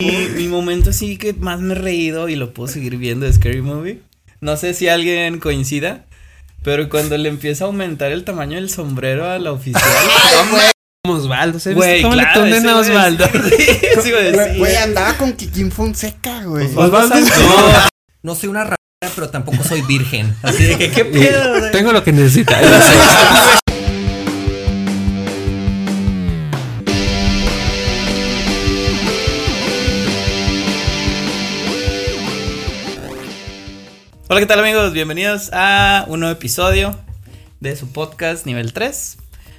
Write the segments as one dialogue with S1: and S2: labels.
S1: Mi, mi momento sí que más me he reído y lo puedo seguir viendo de Scary Movie. No sé si alguien coincida, pero cuando le empieza a aumentar el tamaño del sombrero a la oficial.
S2: Osvaldo, ¿se
S1: Güey,
S2: cómo
S1: claro,
S2: le tunden a
S1: ese güey
S2: Osvaldo?
S1: Sí, sí, güey,
S3: Güey,
S1: sí.
S3: güey, andaba con Kikín Fonseca, güey.
S2: Pues
S1: Osvaldo Santos.
S4: No soy una rara, pero tampoco soy virgen. Así de que, ¿qué pedo? güey?
S2: Tengo lo que necesita.
S1: Hola, ¿qué tal amigos? Bienvenidos a un nuevo episodio de su podcast nivel 3.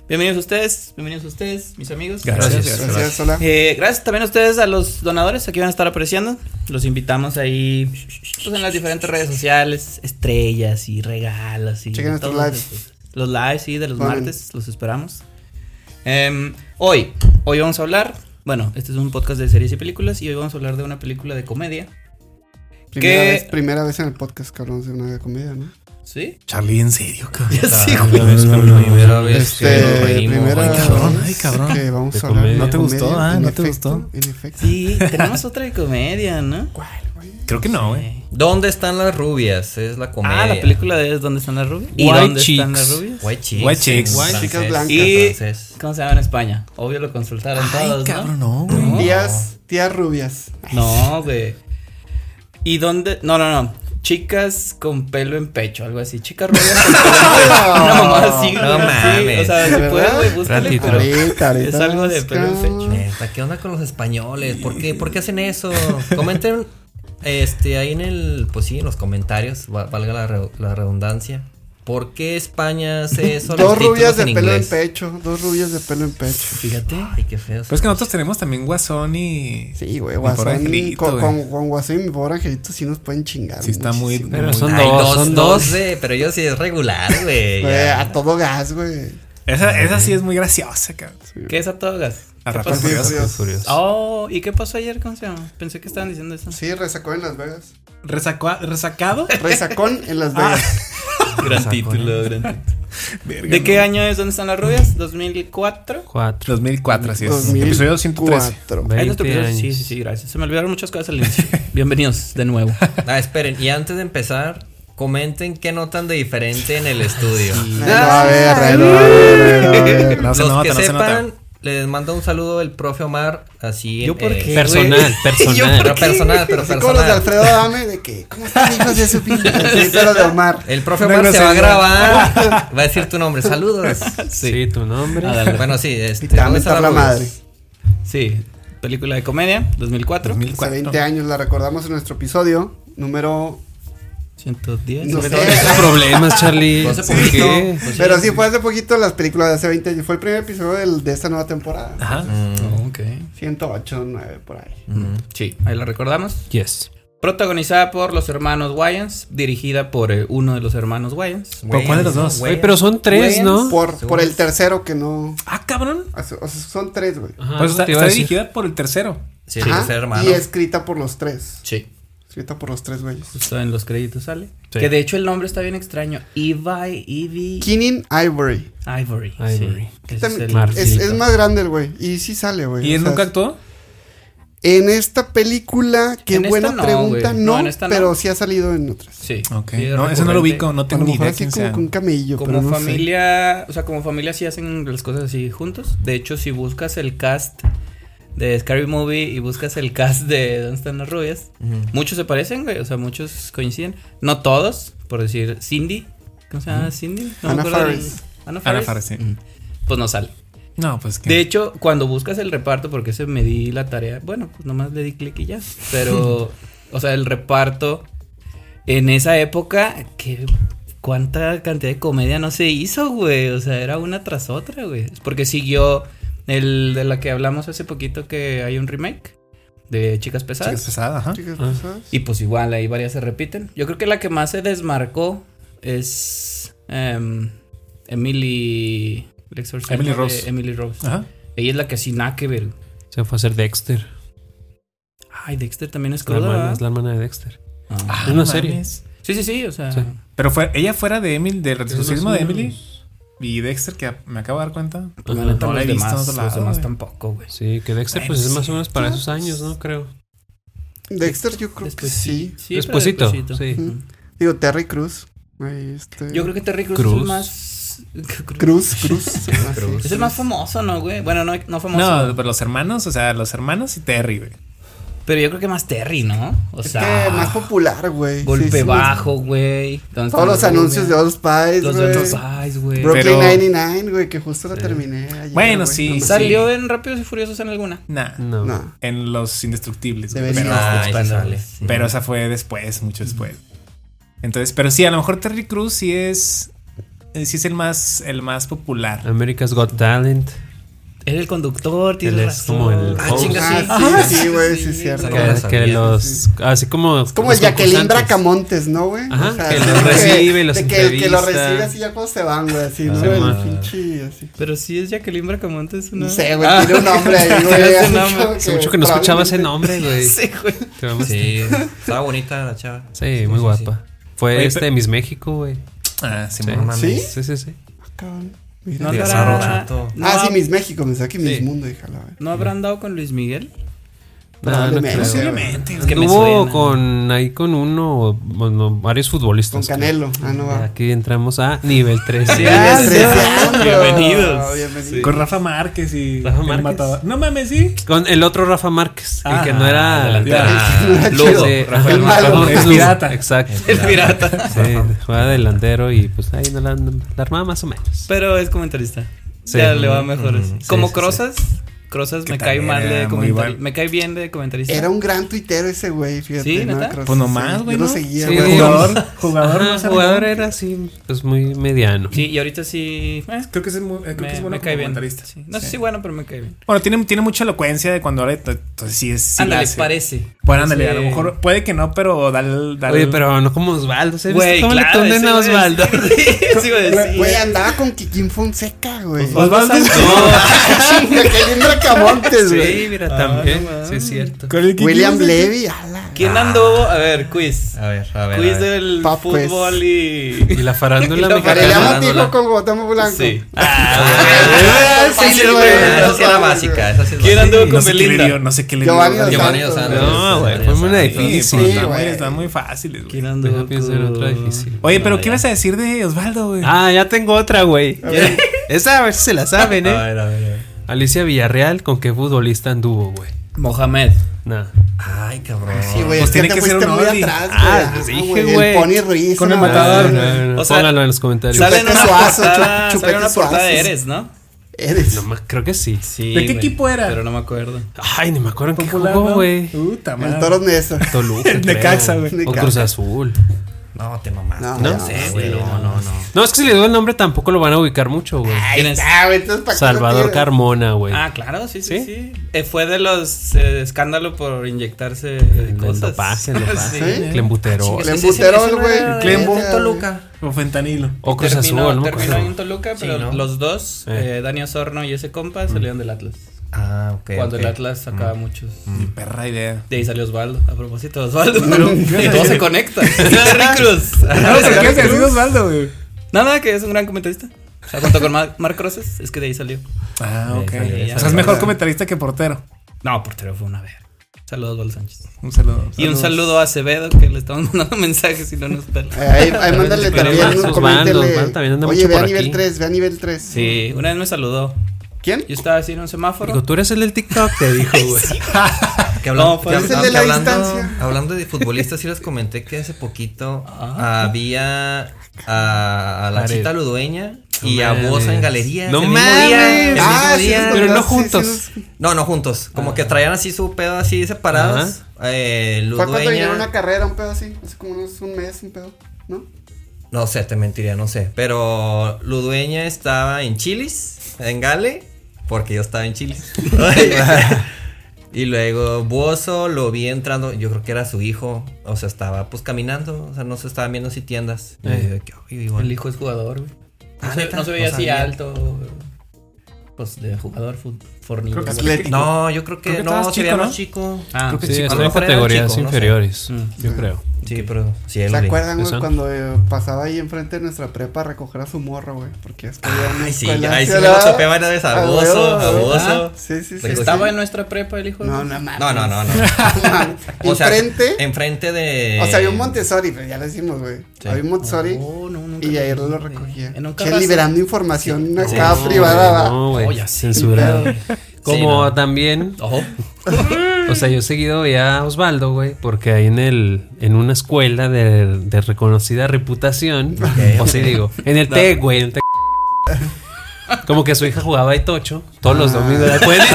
S1: Bienvenidos a ustedes, bienvenidos a ustedes, mis amigos.
S4: Gracias.
S3: Gracias, hola.
S1: Eh, gracias también a ustedes, a los donadores, aquí van a estar apareciendo. Los invitamos ahí pues, en las diferentes redes sociales, estrellas y regalos. Y
S3: Chequen nuestros
S1: todo
S3: lives.
S1: eso. Los lives, sí, de los
S3: Ponen.
S1: martes, los esperamos. Em, hoy, hoy vamos a hablar, bueno, este es un podcast de series y películas y hoy vamos a hablar de una película de comedia.
S3: Primera
S1: ¿Qué?
S3: vez, primera vez en el podcast que hablamos de una comedia, ¿no?
S1: ¿Sí?
S2: Charlie, en serio, cabrón.
S1: Sí,
S4: La
S1: güey.
S4: primera
S2: Pues,
S4: vez que nos
S3: Este,
S4: reímos,
S3: primera
S4: güey,
S3: vez
S4: cabrón.
S2: ay, cabrón,
S3: que vamos
S2: de
S3: a hablar. de
S2: comedia. No te
S3: comedia,
S2: gustó, ah,
S3: en
S2: no te
S3: efecto,
S2: gustó.
S3: En efecto.
S1: Sí, tenemos otra de comedia, ¿no?
S2: Creo que no, güey.
S1: Eh,
S4: ¿Dónde están las rubias? Es la comedia.
S1: Ah, la película de ¿Dónde están las rubias? ¿Y
S2: White
S1: dónde están
S2: Chicks.
S1: las rubias?
S4: White chicks.
S2: White chicks.
S4: en
S2: White
S4: francés,
S3: chicas blancas.
S1: Y-
S4: en francés.
S1: ¿Cómo se llama en España? Obvio lo consultaron todos, ¿no?
S2: no,
S1: No.
S3: Tías, tías rubias.
S1: No, güey. ¿Y dónde? No, no, no. Chicas con pelo en pecho, algo así. Chicas rubias con pelo en pecho. No, mamá, sí,
S4: No
S1: güey, sí.
S4: mames.
S1: O sea, si
S3: ¿Verdad?
S1: puedes, güey, búscale.
S2: Ratito.
S1: pero-
S3: Ahorita, ahorita
S1: Es algo de pelo en
S3: buscamos.
S1: fecho.
S4: Neta, ¿qué onda con los españoles? ¿Por qué, ¿Por qué hacen eso? Comenten este, ahí en el, pues sí, en los comentarios, va- valga la, re- la redundancia. ¿Por qué España hace eso? a los
S3: Dos rubias
S4: títulos
S3: de
S4: en
S3: pelo en
S4: inglés?
S3: pecho. Dos rubias de pelo en pecho.
S4: Fíjate. Ay, qué feo.
S2: Pues que nosotros tenemos también Guasón y.
S3: Sí,
S2: Mi pobre
S3: güey, Guasón.
S2: angelito,
S3: Con,
S2: güey.
S3: con, con Guasón y mi pobre angelito sí nos pueden chingar.
S2: Sí, está muy-
S3: muchísimo,
S2: pero
S3: güey.
S2: son
S4: Ay,
S2: dos, son dos.
S4: de- pero yo sí es regular, güey.
S3: Güey,
S4: ya.
S3: a todo gas, güey.
S2: Esa, esa sí es muy graciosa, cabrón.
S1: ¿Qué es a todas?
S2: A
S3: Rápido y
S2: ratos furiosos.
S3: Furioso.
S1: Oh, ¿y qué pasó ayer? ¿Cómo se llama? Pensé que estaban diciendo eso.
S3: Sí, resacó en Las Vegas.
S2: Resacua- ¿Resacado?
S3: Resacón en Las
S2: Ah,
S3: Vegas.
S1: Gran título, gran título. ¿De qué año es ¿Dónde están las rubias? ¿2004?
S5: Cuatro.
S2: 2004, así es.
S3: 2004.
S2: Episodio 113.
S1: Ahí nos
S5: 20
S1: tuvieron-
S5: años.
S1: Sí, sí, sí, gracias. Se me olvidaron muchas cosas al inicio. Bienvenidos de nuevo.
S4: Ah, esperen, y antes de empezar, comenten qué notan de diferente en el estudio.
S3: A ver, a ver, a ver, a ver.
S2: No se
S4: Los
S2: nota,
S4: que
S2: no se nota.
S4: sepan, les mando un saludo el profe Omar, así
S1: ¿Yo por qué?
S5: Personal,
S4: Pero
S5: personal.
S4: personal, pero
S3: Así como los de
S4: personal.
S3: Alfredo Adame, de que, ¿cómo están hijos de su pinche? Así, pero de Omar.
S4: El profe
S2: Una
S4: Omar se va a
S2: grosería.
S4: grabar. Va a decir tu nombre. Saludos.
S5: Sí. tu nombre.
S1: A darle.
S4: Bueno, sí, este.
S3: Y te va a
S4: ¿dónde
S3: mentar
S4: están
S3: la
S4: las
S3: madre.
S4: luces?
S1: Sí, película de comedia, 2004.
S2: 2004.
S3: Hace 20 años la recordamos en nuestro episodio número.
S1: 110.
S3: No sé.
S5: No problemas, Charlie.
S4: Fue hace
S5: ¿Por
S4: poquito,
S5: qué?
S4: pues
S3: Pero sí, fue hace poquito las películas de hace 20 años. Fue el primer episodio del- de esta nueva temporada.
S2: Ajá.
S1: Oh, ok.
S3: 108, 9, por ahí.
S4: Ujú.
S1: Sí, ahí la recordamos.
S5: Yes.
S1: Protagonizada por los hermanos Wayans, dirigida por eh, uno de los hermanos Wayans.
S2: ¿Pero cuál de los dos?
S4: Güey,
S5: Oye, pero son tres, ¿no?
S3: Por, por el tercero que no.
S2: Ah, cabrón.
S3: O sea, son tres, güey.
S5: Ajá,
S2: Pues
S5: Ah, eso
S2: está,
S5: te iba a
S2: está
S5: decir.
S2: dirigida por el tercero.
S4: Sí,
S3: Ajá,
S4: el tercer hermano.
S3: Y escrita por los tres.
S1: Sí.
S3: Escrita por los tres, güeyes.
S1: Justo en los créditos sale.
S2: Sí.
S1: Que de hecho el nombre está bien extraño. Evi, Evie
S3: Keenan Ivory.
S1: Ivory. Sí.
S5: Ivory.
S1: Ese
S3: También-
S1: el-
S5: Mar-
S3: es,
S5: Marcito.
S3: es más grande el güey. Y sí sale, güey.
S2: ¿Y
S3: O
S2: él
S3: sea,
S2: nunca actuó?
S3: En esta película, qué
S1: En esta
S3: buena
S1: no,
S3: pregunta,
S1: güey.
S3: no,
S1: No, en esta no.
S3: pero sí ha salido en otras.
S1: Sí.
S2: Ok.
S1: Sí,
S2: No, ese no lo
S1: recurrente.
S2: ubico, no
S3: A lo
S2: tengo ni
S3: mejor
S2: idea
S3: así
S2: quién
S3: como
S2: sea.
S3: con un camello,
S1: Como
S3: pero no sé.
S1: familia, o sea, como familia sí hacen las cosas así juntos. De hecho, si buscas el cast de Scary Movie y buscas el cast de ¿Dónde están las rubias? Muchos se parecen, güey, o sea, muchos coinciden. No todos, por decir Cindy. ¿Cómo se llama Cindy? No me
S3: Ana
S1: acuerdo del-
S3: Faris.
S1: Ana Faris.
S2: Ana Faris, sí.
S1: Mm. Pues no sale.
S2: No, pues que.
S1: De hecho, cuando buscas el reparto, porque se me di la tarea, bueno, pues nomás le di clic y ya. Pero, o sea, el reparto en esa época, que cuánta cantidad de comedia no se hizo, güey. O sea, era una tras otra, güey. Es Porque siguió el de la que hablamos hace poquito que hay un remake de Chicas Pesadas.
S2: Chicas pesadas, ajá.
S3: Chicas,
S5: Ah.
S3: ¿sabes?
S1: Y pues igual, ahí varias se repiten. Yo creo que la que más se desmarcó es em, Emily... el exorcismo
S2: Emily
S1: de
S2: Rose.
S1: Emily Rose.
S2: Ajá.
S1: Ella es la que sí nada que ver.
S5: Se fue a hacer Dexter.
S1: Ay, Dexter también es
S5: La
S1: cruda.
S5: hermana,
S1: ¿verdad?
S5: es la hermana de Dexter.
S1: Ah.
S5: Es una
S2: mames.
S5: serie.
S1: Sí, sí, sí, o sea.
S5: Sí.
S2: Pero fue, ella fuera de Emily, del retrocismo de Emily y Dexter, que me acabo de dar cuenta.
S1: Pues
S5: Ajá.
S1: la neta,
S2: No la
S1: los
S2: he visto en
S1: demás,
S2: otro lado,
S1: los demás
S2: güey.
S1: tampoco, güey.
S5: Sí, que Dexter
S2: Bueno,
S5: pues es más
S2: sí.
S5: o menos para esos años, ¿no? Creo.
S3: Dexter, yo creo que
S1: Después
S3: sí.
S1: Sí, pero
S5: Desposito,
S1: despuesito.
S5: sí.
S3: Ujú. Digo, Terry Cruz. Ahí este.
S1: Yo creo que Terry Cruz, es
S5: Cruz.
S1: el más.
S3: Cruz, Cruz. se llama así.
S1: Es el más famoso, ¿no, güey? Bueno, no, no famoso.
S2: No, pero los hermanos, o sea, los hermanos y Terry, güey.
S1: Pero yo creo que más Terry, ¿no? O
S3: Es
S1: sea.
S3: que más popular, güey.
S1: Golpe
S3: Sí, sí,
S1: bajo, güey. ¿Dónde
S3: Todos los
S1: está la
S3: anuncios de
S1: rubia?
S3: Old Spice,
S1: Los
S3: güey.
S1: de los Spice, güey.
S3: Brooklyn
S2: Pero-
S3: 99, güey, que justo la terminé ayer,
S2: Bueno,
S3: güey.
S2: sí,
S3: No,
S2: sí.
S1: ¿Salió en Rápidos y Furiosos en alguna?
S2: Nah.
S5: No.
S3: No.
S2: En los indestructibles, güey.
S3: Debería.
S2: Pero,
S4: Ah,
S1: Los
S4: ya sale.
S1: Expandables.
S4: sí.
S2: pero esa fue después, mucho después. Entonces, pero sí, a lo mejor Terry Cruz sí es. eh, Sí es el más, el más popular.
S5: America's Got Talent.
S1: Era el conductor, tienes
S5: Él es
S1: razón.
S5: como el
S4: Ah, chinga, sí.
S3: Ah, sí, sí, güey, sí, cierto.
S4: No
S5: que,
S4: la
S5: que
S4: sabía.
S5: los. Así como.
S3: Es como el Jacqueline Bracamontes, ¿no, güey?
S5: Ajá, que lo recibe y los
S3: de que el que lo
S5: entrevista.
S3: recibe así ya cuando se van, güey, así, ¿no?
S5: Ah,
S3: El
S5: ma.
S3: pinche, así.
S1: Pero sí es Jacqueline Bracamonte, es una.
S3: No sé, güey,
S5: Ah.
S3: tiene un nombre ahí, güey.
S1: Tiene ese
S3: así
S1: nombre.
S3: como
S5: Hace mucho que no escuchaba ese
S3: probablemente-
S5: nombre, güey.
S1: Sí, güey.
S5: Te vamos- sí.
S4: Sí, estaba bonita la chava.
S5: muy
S4: sí,
S5: guapa. Fue
S2: Oye,
S5: este
S2: pero-
S5: Miss México, güey.
S2: Ah, sí,
S5: Sí.
S4: No mames.
S3: ¿Sí?
S5: Sí, sí, sí.
S3: Ah, cabrón.
S1: No
S4: Dios,
S1: habrá-
S4: Roberto.
S1: no
S3: ah, sí,
S1: hab-
S3: Miss México, me saqué Miss
S5: Sí.
S3: Mundo, déjala, güey.
S1: ¿No habrán dado con Luis Miguel?
S5: No, no
S3: Probablemente,
S5: creo.
S3: güey.
S1: Posiblemente, es que me
S5: Anduvo
S1: suena.
S5: con ahí con uno, bueno, varios
S3: Con
S5: futbolistas.
S3: Canelo. Ah, no
S5: creo.
S3: va.
S5: Aquí entramos a nivel 3.
S1: Sí,
S3: Ah,
S1: ya sé.
S3: Treceando.
S1: Bienvenidos.
S3: Ah, Bienvenidos.
S2: Con Rafa Márquez y
S5: Rafa
S2: el
S5: Márquez.
S2: matador. No mames, sí.
S5: Con el otro Rafa Márquez, el
S2: Ah,
S5: que no era
S2: delantero.
S4: Ah,
S5: Sí,
S4: Lugo.
S5: sí,
S2: Rafa
S5: ajá,
S3: el malo,
S5: Rafa
S2: el
S5: Márquez Lugo,
S2: pirata.
S5: Exacto.
S1: El pirata.
S5: Sí, juega delantero y pues ahí no la, la armaba más o menos.
S1: Pero es comentarista.
S5: Sí.
S1: Ya le va mejor. así.
S5: sí,
S1: como
S5: sí,
S1: Crozas. Crozas
S2: Que
S1: me cae
S2: también
S1: mal de
S2: era muy
S1: comentarista.
S2: igual.
S1: Me cae bien de comentarista.
S3: Era un gran tuitero ese güey, fíjate.
S1: Sí,
S3: ¿no?
S1: ¿neta?
S3: Creo que
S2: Pues
S3: sí.
S2: nomás, güey.
S3: Yo
S2: ¿no?
S3: lo seguía,
S5: Sí.
S3: güey.
S2: Jugador, jugador,
S5: Ajá,
S2: no sabe
S5: jugador
S2: nada.
S5: era así, pues muy mediano.
S1: Sí, y ahorita sí. eh,
S2: Creo que es, muy- eh, creo que
S1: me,
S2: es
S1: me
S2: bueno
S1: cae
S2: como
S1: bien.
S2: comentarista.
S1: Sí. No sé
S2: Sí.
S1: si bueno, pero me cae bien.
S2: Bueno, tiene, tiene mucha elocuencia de cuando habla. Entonces sí es. sí la
S1: Ándale,
S2: hace.
S1: parece.
S2: Bueno, ándale, a
S1: Parece-
S2: lo mejor puede que no, pero dale. dale
S5: Oye, pero no como Osvaldo, ¿se
S1: Güey,
S5: viste cómo
S1: claro,
S5: le
S1: ese
S5: tunden a
S1: güey-
S5: Osvaldo?
S1: Eso iba a decir.
S3: Güey, andaba con Kikín Fonseca, güey.
S2: Osvaldo.
S3: Jacqueline Bracamontes, güey.
S5: Sí, mira,
S1: Ah,
S5: también.
S1: no mames.
S5: sí, es cierto.
S2: Con el que-
S3: William Levy, ala.
S1: ¿Quién
S5: Ah.
S1: anduvo? A ver, quiz.
S4: A ver, a ver.
S1: quiz
S4: a ver.
S1: del
S3: Pop quiz.
S1: fútbol
S5: Y
S1: y.
S5: la farándula
S1: Y la farándula.
S5: mexicana.
S3: Carelia Montijo con Guatamo Blanco.
S1: Sí.
S3: Ah,
S1: Ah,
S3: sí,
S1: sí,
S3: güey.
S1: güey.
S4: Ah, esa sí era básica. Esa sí es
S1: ¿Quién
S4: básica.
S1: anduvo
S2: No
S1: con
S2: sé qué le
S1: Belinda?
S2: dio, no sé qué le dio.
S3: Giovanni Dos
S4: Giovanni
S3: Santos.
S4: Dos Santos.
S5: No, güey, fue
S4: Giovanni
S5: una
S4: Dos Santos.
S2: Sí,
S5: difícil.
S2: pues,
S3: Sí,
S2: está
S3: güey.
S2: muy- está muy fácil.
S1: ¿Quién
S5: Deja
S1: anduvo?
S5: pienso en
S1: con-
S5: otra difícil.
S2: Oye, pero
S4: No,
S2: ¿qué
S4: ya.
S2: ibas a decir de Osvaldo, güey?
S5: Ah, ya tengo otra, güey. Esa a ver si se la saben,
S4: A
S5: eh.
S4: ver, a ver, a ver.
S5: Alicia Villarreal, ¿con qué futbolista anduvo, güey?
S1: Mohamed.
S5: Nada.
S4: Ay, cabrón.
S3: Sí, güey,
S2: Pues
S3: es que
S2: tiene
S3: te
S2: que ser
S3: fuiste
S2: un
S3: muy
S2: Oli.
S3: atrás, güey.
S5: Ah, pues dije, güey.
S3: El Pony Ruiz.
S2: Con el
S3: una madre,
S2: matador.
S3: güey.
S5: No, no, no,
S1: O sea,
S5: Póngalo en los comentarios.
S1: Sale en una
S3: Suazo,
S1: portada,
S3: Chu-
S1: sale en una
S3: Chupete
S1: portada de
S3: Suazo.
S1: Eres, ¿no?
S3: Eres.
S5: No, ma- creo que sí.
S1: Sí.
S2: ¿De qué
S1: güey,
S2: equipo era?
S1: Pero no me acuerdo.
S5: Ay, ni me acuerdo en qué
S2: Popular,
S5: jugó,
S2: ¿no?
S5: güey.
S2: Puta
S3: El
S2: madre.
S3: Toros Nesa.
S5: Toluca.
S2: El
S5: creo.
S2: Necaxa, güey.
S5: O
S3: Necaxa.
S5: Cruz Azul.
S4: No, te mamaste.
S3: No,
S4: No,
S3: no,
S4: sé,
S3: sí,
S4: güey. No, no, no.
S5: No, es que si le digo el nombre tampoco lo van a ubicar mucho, güey.
S1: ¿Quién es?
S3: Ah, güey, entonces para qué lo
S5: Salvador
S3: tienes?
S5: Carmona, güey.
S1: Ah, claro, sí, sí,
S5: ¿Sí?
S1: sí. Eh, fue de los eh, escándalo por inyectarse eh,
S5: El
S1: cosas.
S5: dopaje, el dopaje.
S3: Sí.
S5: Clembutero.
S3: Le embuteron, güey.
S4: Clembo.
S3: Clembo.
S4: Toluca.
S2: O fentanilo.
S5: O Cruz
S1: terminó,
S5: Azul, no me
S1: terminó en
S5: acuerdo.
S1: Toluca,
S4: Sí,
S1: pero
S4: ¿no?
S1: los dos,
S5: Eh. Mm.
S1: eh, Dani Osorno y ese compa, salieron del Atlas.
S4: Ah, ok.
S1: cuando
S4: ok.
S1: el Atlas sacaba muchos.
S2: Ni perra idea.
S1: De ahí salió Osvaldo. A propósito, Osvaldo.
S2: ¿qué
S1: y todo se conecta. Y Terry Cruz.
S2: No, pero ¿qué ibas a decir de Osvaldo, güey?
S1: Nada, que es un gran comentarista. O sea, junto con Mar Marc Roses, es que de ahí salió.
S2: Ah,
S4: Sí,
S2: ok.
S4: salió, ya
S2: O sea, es
S4: salió.
S2: mejor comentarista que portero.
S1: No, portero fue una vez. Saludos, Osvaldo Sánchez.
S2: Un saludo.
S1: Y un
S2: Saludos.
S1: saludo a Acevedo, que le estamos mandando mensajes si no nos pela.
S3: Eh, Ahí, ahí mándale
S5: Pero
S3: también,
S5: Osvaldo, Osvaldo, Osvaldo también
S3: coméntele.
S5: anda
S3: Oye,
S5: mucho
S3: ve a
S5: por
S3: nivel
S5: aquí.
S3: 3, ve a nivel 3.
S1: Sí, una vez me saludó.
S3: ¿Quién?
S1: Yo estaba así en un
S5: Digo,
S1: semáforo.
S5: tú eres el del TikTok, te dijo, güey.
S4: Que hablando,
S1: No, pues,
S4: que
S1: es el
S4: hablan-
S3: de la
S4: que hablando,
S3: distancia.
S4: hablando de futbolistas, sí les comenté que hace poquito
S1: Ah.
S4: había a, a la
S5: Pared.
S4: chita ludueña y
S5: No
S4: a Bosa
S5: mames.
S4: en galería.
S5: No
S4: el mismo
S5: mames.
S4: día, el mismo
S3: Ah, sí,
S4: día.
S3: es
S5: Pero
S3: verdad,
S5: no
S3: sí, sí,
S5: juntos.
S3: sí.
S4: No, no juntos. Como
S1: Ah.
S4: que traían así su pedo así separados. Eh,
S3: Fue cuando vinieron
S4: Ludueña.
S3: una carrera, un pedo así. Hace como unos un mes, un pedo. ¿No?
S4: No sé, te mentiría, no sé. Pero Ludueña estaba en Chilis, en Gale, porque yo estaba en Chilis. y luego Bozo lo vi entrando, yo creo que era su hijo. O sea, estaba pues caminando, o sea, no se estaban viendo si tiendas. Y
S5: Eh.
S4: yo de que, "Ay, igual".
S1: El hijo es jugador, güey. No,
S4: Ah,
S1: se,
S4: ¿neta?
S1: no se veía así
S4: No sabía.
S1: alto. Pues de jugador fut- Fornillo.
S2: Creo que es
S3: Atlético.
S4: No, yo creo que,
S2: Creo que
S4: no,
S2: estabas
S4: se veía
S2: chico, ¿no?
S4: más chico.
S1: Ah,
S2: creo que
S5: Sí,
S2: chico, a
S5: está
S2: lo
S5: en
S4: mejor era
S5: categorías
S4: chico, no sé.
S5: inferiores, yo creo.
S4: Sí, pero sí, él
S3: ¿Se
S4: lo vi.
S3: acuerdan, güey,
S5: Eso.
S3: cuando eh, pasaba ahí enfrente de nuestra prepa a recoger a su morro, güey? Porque es que había una
S4: Ay, sí,
S3: escuela
S4: ahí sí me
S3: ciudad-
S4: lo chopé varias veces a
S3: Ah,
S4: Bozo,
S3: huevo,
S4: a
S3: güey.
S4: Bozo.
S3: Ah, Sí, sí, sí.
S4: Recogió-
S1: Estaba
S3: sí.
S1: en nuestra prepa el hijo de.
S3: No, no mames.
S4: No, no, no, no.
S3: O
S4: O sea,
S3: Enfrente.
S4: Enfrente de.
S3: o sea, había un Montessori, pero ya lo decimos, güey.
S4: Sí.
S3: Había un Montessori.
S1: Oh, No, no, nunca
S3: Y ayer lo
S1: recogí.
S3: recogía.
S1: En un
S3: Che,
S1: carrazo.
S3: liberando información
S4: Sí.
S3: acá
S4: No,
S3: privada, va.
S5: No, güey.
S1: Oh, ya sé.
S5: censurado. Como
S4: Sí, no.
S5: también,
S1: Ojo.
S5: o sea, yo seguido veía a Osvaldo, güey, porque ahí en el, en una escuela de, de reconocida reputación, o así digo, en el TEC, güey, en el TEC. Como que su hija jugaba ahí tocho todos los
S3: Ah.
S5: domingos, ¿te acuerdas?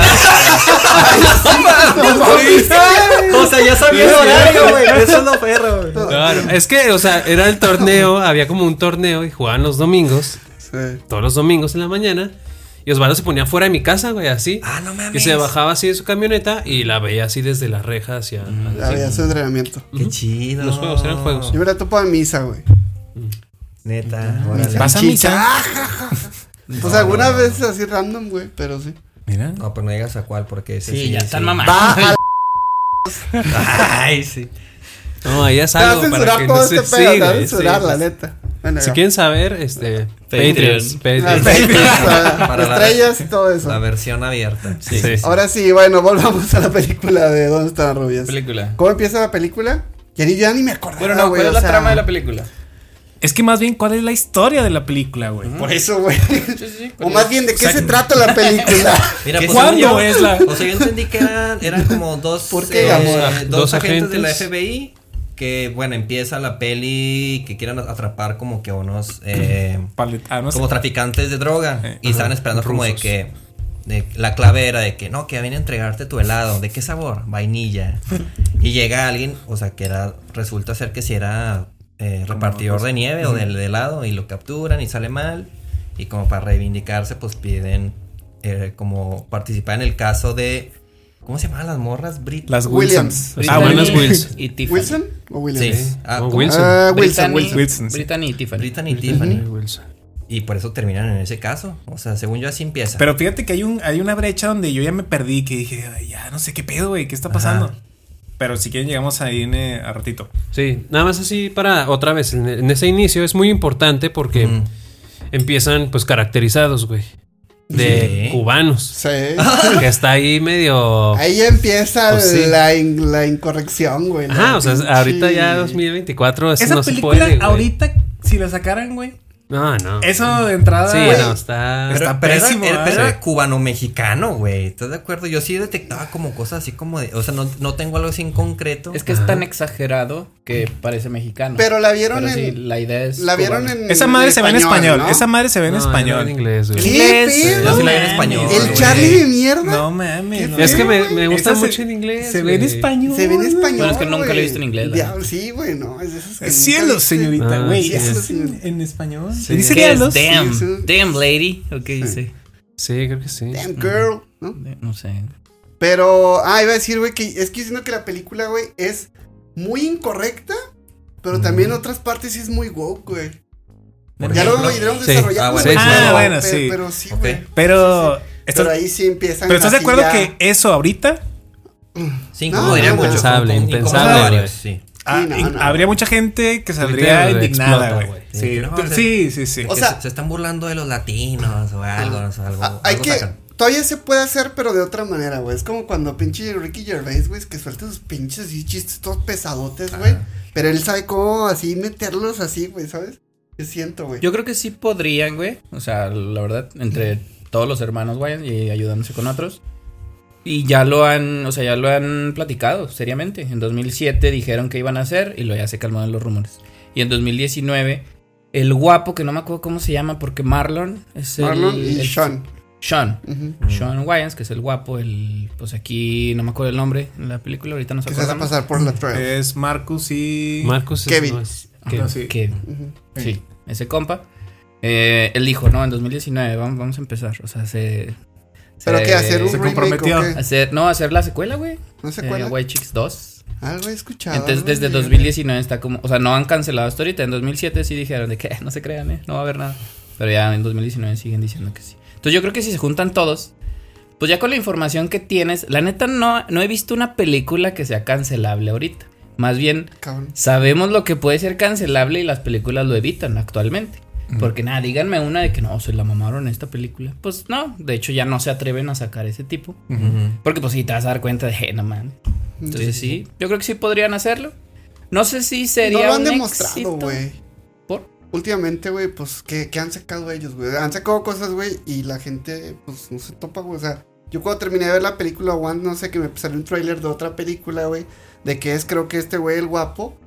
S4: O sea, ya sabía el horario, güey. Eso es lo perro, güey.
S5: Claro, es que, o sea, era el torneo, había como un torneo y jugaban los domingos.
S3: Sí.
S5: todos los domingos en la mañana. Y Osvaldo se ponía fuera de mi casa, güey, así.
S4: Ah, no mames.
S5: Y se bajaba así de su camioneta y la veía así desde la reja hacia.
S3: Había su entrenamiento.
S4: Qué chido.
S5: Los juegos, eran juegos.
S3: Yo me la topo en misa, güey.
S4: Neta.
S2: ¿Vas
S4: órale.
S2: ¿Pasa misa?
S3: Pues algunas veces así random, güey, pero sí.
S2: Mira.
S4: No, pero no llegas a cuál porque ese
S1: Sí, ya están
S4: sí.
S1: mamá.
S3: Va a
S4: Ay, sí.
S5: No, ahí es
S3: Te va a
S5: algo para
S3: censurar
S5: que
S3: todo
S5: no
S3: este pedo,
S5: se sí,
S3: te va a
S5: güey, sí,
S3: censurar, la
S5: sí.
S3: neta. Bueno,
S5: Si
S3: ya.
S5: quieren saber, este.
S3: Las
S5: Patreons. Patreons.
S3: películas,
S4: Para
S3: las
S4: la-
S3: estrellas y todo
S4: La
S3: eso.
S4: versión abierta.
S5: Sí, sí, sí.
S3: Ahora sí, bueno, volvamos a la película de ¿Dónde están las rubias?
S1: Película.
S3: ¿Cómo empieza la película? Ya ni, ya ni me acordaba,
S1: Bueno, no,
S3: Ah, güey,
S1: ¿cuál
S3: o
S1: es la
S3: sea,
S1: trama de la película?
S2: Es que más bien, ¿cuál es la historia de la película, güey?
S3: Por eso, güey.
S1: Sí, sí,
S3: O más bien, ¿de qué se trata la película?
S4: Mira,
S2: ¿Qué-
S4: pues,
S2: ¿Cuándo
S4: según yo-
S2: es la-
S4: O sea, yo entendí que eran, eran como dos,
S3: ¿Por qué,
S4: eh,
S3: amor?
S4: dos,
S5: Dos
S4: agentes de la
S5: agentes.
S4: FBI que, bueno, empieza la peli que quieran atrapar como que a unos, eh,
S2: Paletanos.
S4: como traficantes de droga
S2: Eh,
S4: y estaban esperando como de
S2: rusos.
S4: que de- la clave era de que no, que viene a entregarte tu helado, ¿de qué sabor? Vainilla. y llega alguien, o sea, que era resulta ser que si era eh, repartidor
S2: pues,
S4: de nieve o del helado y lo capturan y sale mal y como para reivindicarse pues piden eh, como participar en el caso de ¿cómo se llamaban las morras? Brit
S2: Las
S3: Williams.
S2: Wilsons. Ah, bueno, las
S1: Brittany
S2: Wills.
S1: Y Tiffany.
S3: ¿Wilson o Williams?
S4: Sí. Ah,
S5: Oh,
S4: ¿cómo?
S5: Wilson.
S3: Ah, Wilson,
S1: Brittany,
S3: Wilson.
S2: Wilson, sí.
S1: Brittany y Tiffany.
S4: Brittany y Tiffany. Y por eso terminan en ese caso. O sea, según yo así empieza.
S2: Pero fíjate que hay, un, hay una brecha donde yo ya me perdí, que dije, "Ay, ya no sé qué pedo, güey, ¿qué está pasando?
S4: Ajá.
S2: Pero si quieren llegamos ahí en, eh, a ratito.
S5: Sí, nada más así para otra vez. En, en ese inicio es muy importante porque
S4: Mm.
S5: empiezan, pues, caracterizados, güey. De
S4: Sí.
S5: cubanos.
S3: Sí.
S5: Que está ahí medio.
S3: Ahí empieza
S5: Pues sí.
S3: la, in- la incorrección, güey. la
S5: Ajá, o sea,
S3: pinche-
S5: ahorita ya 2024 eso
S2: Esa
S5: no se
S2: película
S5: puede. güey.
S2: ahorita, si la sacaran, güey,
S5: No, no.
S2: eso de entrada...
S5: Sí,
S2: güey,
S5: no, está.
S4: Pero,
S2: Está
S4: pero era-
S2: pésimo,
S4: era,
S2: ¿verdad?
S4: pero era
S2: Sí.
S4: cubano-mexicano, güey. ¿Estás de acuerdo? Yo sí detectaba como cosas así como de. O sea, no, no tengo algo así en concreto.
S1: Es que es tan exagerado que parece mexicano.
S3: Pero la vieron
S1: Pero sí,
S3: en.
S1: la idea es.
S3: la vieron
S1: cubana.
S3: en.
S2: Esa madre se ve en español,
S3: ¿no?
S2: esa madre se ve en
S5: No,
S2: español.
S5: era en inglés, güey.
S3: ¿Qué
S2: Inglés,
S3: pedo?
S4: Yo sí la vi en español,
S3: El
S4: güey.
S3: Charlie de mierda.
S2: No mames.
S3: Qué
S2: no.
S5: Es que me,
S3: güey.
S5: me gusta
S2: Esa se-
S5: mucho en inglés.
S2: Se ve en
S5: güey.
S2: español.
S3: Se ve en
S2: güey.
S3: español.
S1: Bueno, es que nunca la he
S3: güey.
S1: visto en inglés, la
S3: Diablo, sí, güey, no. Es de esas que nunca
S2: Cielo,
S3: viste.
S2: señorita,
S5: Ah,
S2: güey.
S5: sí,
S2: eso
S5: es.
S2: es en, en español.
S5: Sí.
S2: Dice
S1: ¿Qué es?
S2: diablos.
S1: Damn.
S3: Sí, sí.
S1: Damn lady. ¿O qué dice?
S5: Sí, creo que sí.
S3: Damn girl, ¿no?
S1: No sé.
S3: Pero, ah, iba a decir, güey, que es que yo siento que la película, güey, es muy incorrecta, pero también otras partes sí es muy woke, güey.
S4: Por
S3: Ya
S4: ejemplo,
S3: lo iremos
S5: Sí.
S3: desarrollando.
S4: Ah, bueno,
S3: güey,
S4: sí,
S3: pero-
S4: ah,
S2: bueno,
S3: pe-
S2: sí.
S3: Pero sí,
S4: Ok.
S3: güey.
S2: Pero,
S3: Pero
S2: estás,
S3: ahí sí empiezan.
S2: pero ¿estás de
S3: así
S2: acuerdo
S3: ya-
S2: que eso ahorita
S4: Cinco,
S3: No,
S4: diría
S3: no,
S4: mucho.
S5: impensable,
S4: Cinco,
S5: impensable,
S4: cinco,
S5: güey.
S4: varios, sí.
S2: ah,
S3: no,
S2: in-
S3: no.
S2: habría mucha gente que saldría
S5: Ahorita
S2: indignada,
S5: explota,
S2: güey?
S5: güey.
S2: Sí,
S4: Sí, no,
S2: tú-
S4: o sea-
S2: sí, sí, sí.
S4: O
S3: sea-
S4: sea, se están burlando de los latinos o algo. o sea, algo
S3: Ah, hay
S4: algo
S3: que.
S4: sacan.
S3: Todavía se puede hacer, pero de otra manera, güey. Es como cuando pinche Ricky Gervais, güey, que suelta sus pinches y chistes todos pesadotes, güey. Pero él sabe cómo así meterlos así, güey, ¿sabes? Yo siento, güey.
S1: Yo creo que sí podrían, güey. O sea, la verdad, entre todos los hermanos vayan y ayudándose con otros. Y ya lo han, o sea, ya lo han platicado seriamente. En 2007 dijeron que iban a hacer y lo ya se calmaron los rumores. Y en 2019, el guapo, que no me acuerdo cómo se llama, porque Marlon es el-
S3: Marlon y
S1: el-
S3: Sean.
S1: Sean.
S3: Ujú.
S1: Sean Wyans, que es el guapo, el, pues aquí no me acuerdo el nombre en la película, ahorita nos
S3: Que se hace
S1: acordamos.
S3: pasar por la trail.
S2: Es Marcus y.
S5: Marcus es-
S3: Kevin.
S5: no es-
S1: Que,
S2: Ah, sí.
S1: que-
S3: Ujú.
S1: sí, ese compa. Eh, él dijo, no, en 2019 vamos, vamos a empezar. O sea, se.
S3: Pero
S1: se-
S3: que hacer un
S2: se
S3: remake
S2: comprometió.
S3: o qué?
S1: hacer- no, hacer la secuela, güey.
S3: ¿No se
S1: Eh,
S3: acuerda?
S1: White Chicks 2.
S3: Algo he escuchado.
S1: Entonces,
S3: algo
S1: desde
S3: leí,
S1: 2019 está como. O sea, no han cancelado hasta ahorita. En 2007 sí dijeron de que "Eh, no se crean, ¿eh? No va a haber nada. Pero ya en 2019 siguen diciendo que sí. Entonces, yo creo que si se juntan todos Pues ya con la información que tienes, la neta no, no he visto una película que sea cancelable ahorita. Más bien,
S3: Cabrón.
S1: sabemos lo que puede ser cancelable y las películas lo evitan actualmente. Porque nada, díganme una de que no, se la mamaron en esta película. Pues no, de hecho ya no se atreven a sacar ese tipo. Porque pues sí, te vas a dar cuenta de, "Je, no mames. Entonces sí, yo creo que sí podrían hacerlo. No sé si
S3: No
S1: sería
S3: lo han
S1: un
S3: demostrado,
S1: éxito.
S3: güey.
S1: ¿Por?
S3: Últimamente, güey, pues, ¿qué, qué han sacado ellos, güey? Han sacado cosas, güey, y la gente, pues, no se topa, güey. O sea, yo cuando terminé de ver la película One, no sé, que me salió un tráiler de otra película, güey, de que es, creo que este güey, el guapo,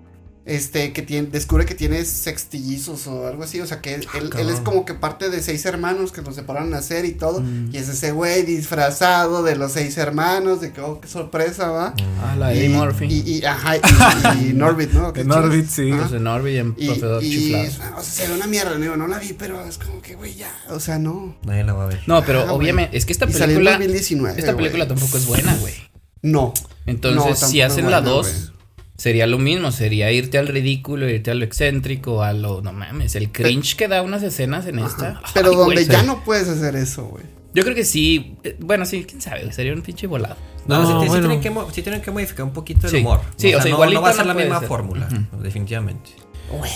S3: este, que tiene, descubre que tiene sextillizos o algo así. O sea, que él, él- él es
S4: cabrón.
S3: como que parte de seis hermanos que los separaron a nacer y todo. Y es ese güey disfrazado de los seis hermanos, de que, oh, qué sorpresa, va.
S1: Ah, la de
S3: Y,
S1: Eddie Murphy.
S3: y- y- ajá, y, y Norbit, ¿no? Que
S2: Norbit,
S3: chingos.
S2: sí.
S3: Ajá.
S1: Pues en Orbe y en
S3: Y,
S1: Profesor
S3: y-
S1: Chiflado.
S3: o sea, se ve una mierda, digo, no la vi, pero es como que, güey, ya, o sea, no.
S4: Nadie la va a ver.
S1: No, pero
S3: Ah,
S1: obviamente,
S3: güey.
S1: es que esta
S3: Y salió en
S1: película.
S3: 2019,
S1: esta
S3: güey.
S1: película tampoco es buena, güey.
S3: No. No,
S1: Entonces, si
S3: tampoco
S1: hacen
S3: es
S1: la
S3: buena,
S1: 2, sería lo mismo. Sería irte al ridículo, irte a lo excéntrico, a lo. No mames, el cringe que da unas escenas en esta.
S3: güey. Pero
S1: Ay,
S3: donde
S1: güey,
S3: ya
S1: sí.
S3: no puedes hacer eso, güey.
S1: Yo creo que sí. eh, Bueno, sí, quién sabe, güey, sería un pinche volado.
S5: No,
S4: No, sí, sí
S5: bueno.
S4: tienen que, mo- sí tienen que modificar un poquito el
S1: Sí.
S4: humor.
S1: Sí, o sea,
S4: no,
S1: igualito
S4: no va a
S1: no
S4: ser la
S1: puede
S4: misma
S1: ser.
S4: fórmula, definitivamente.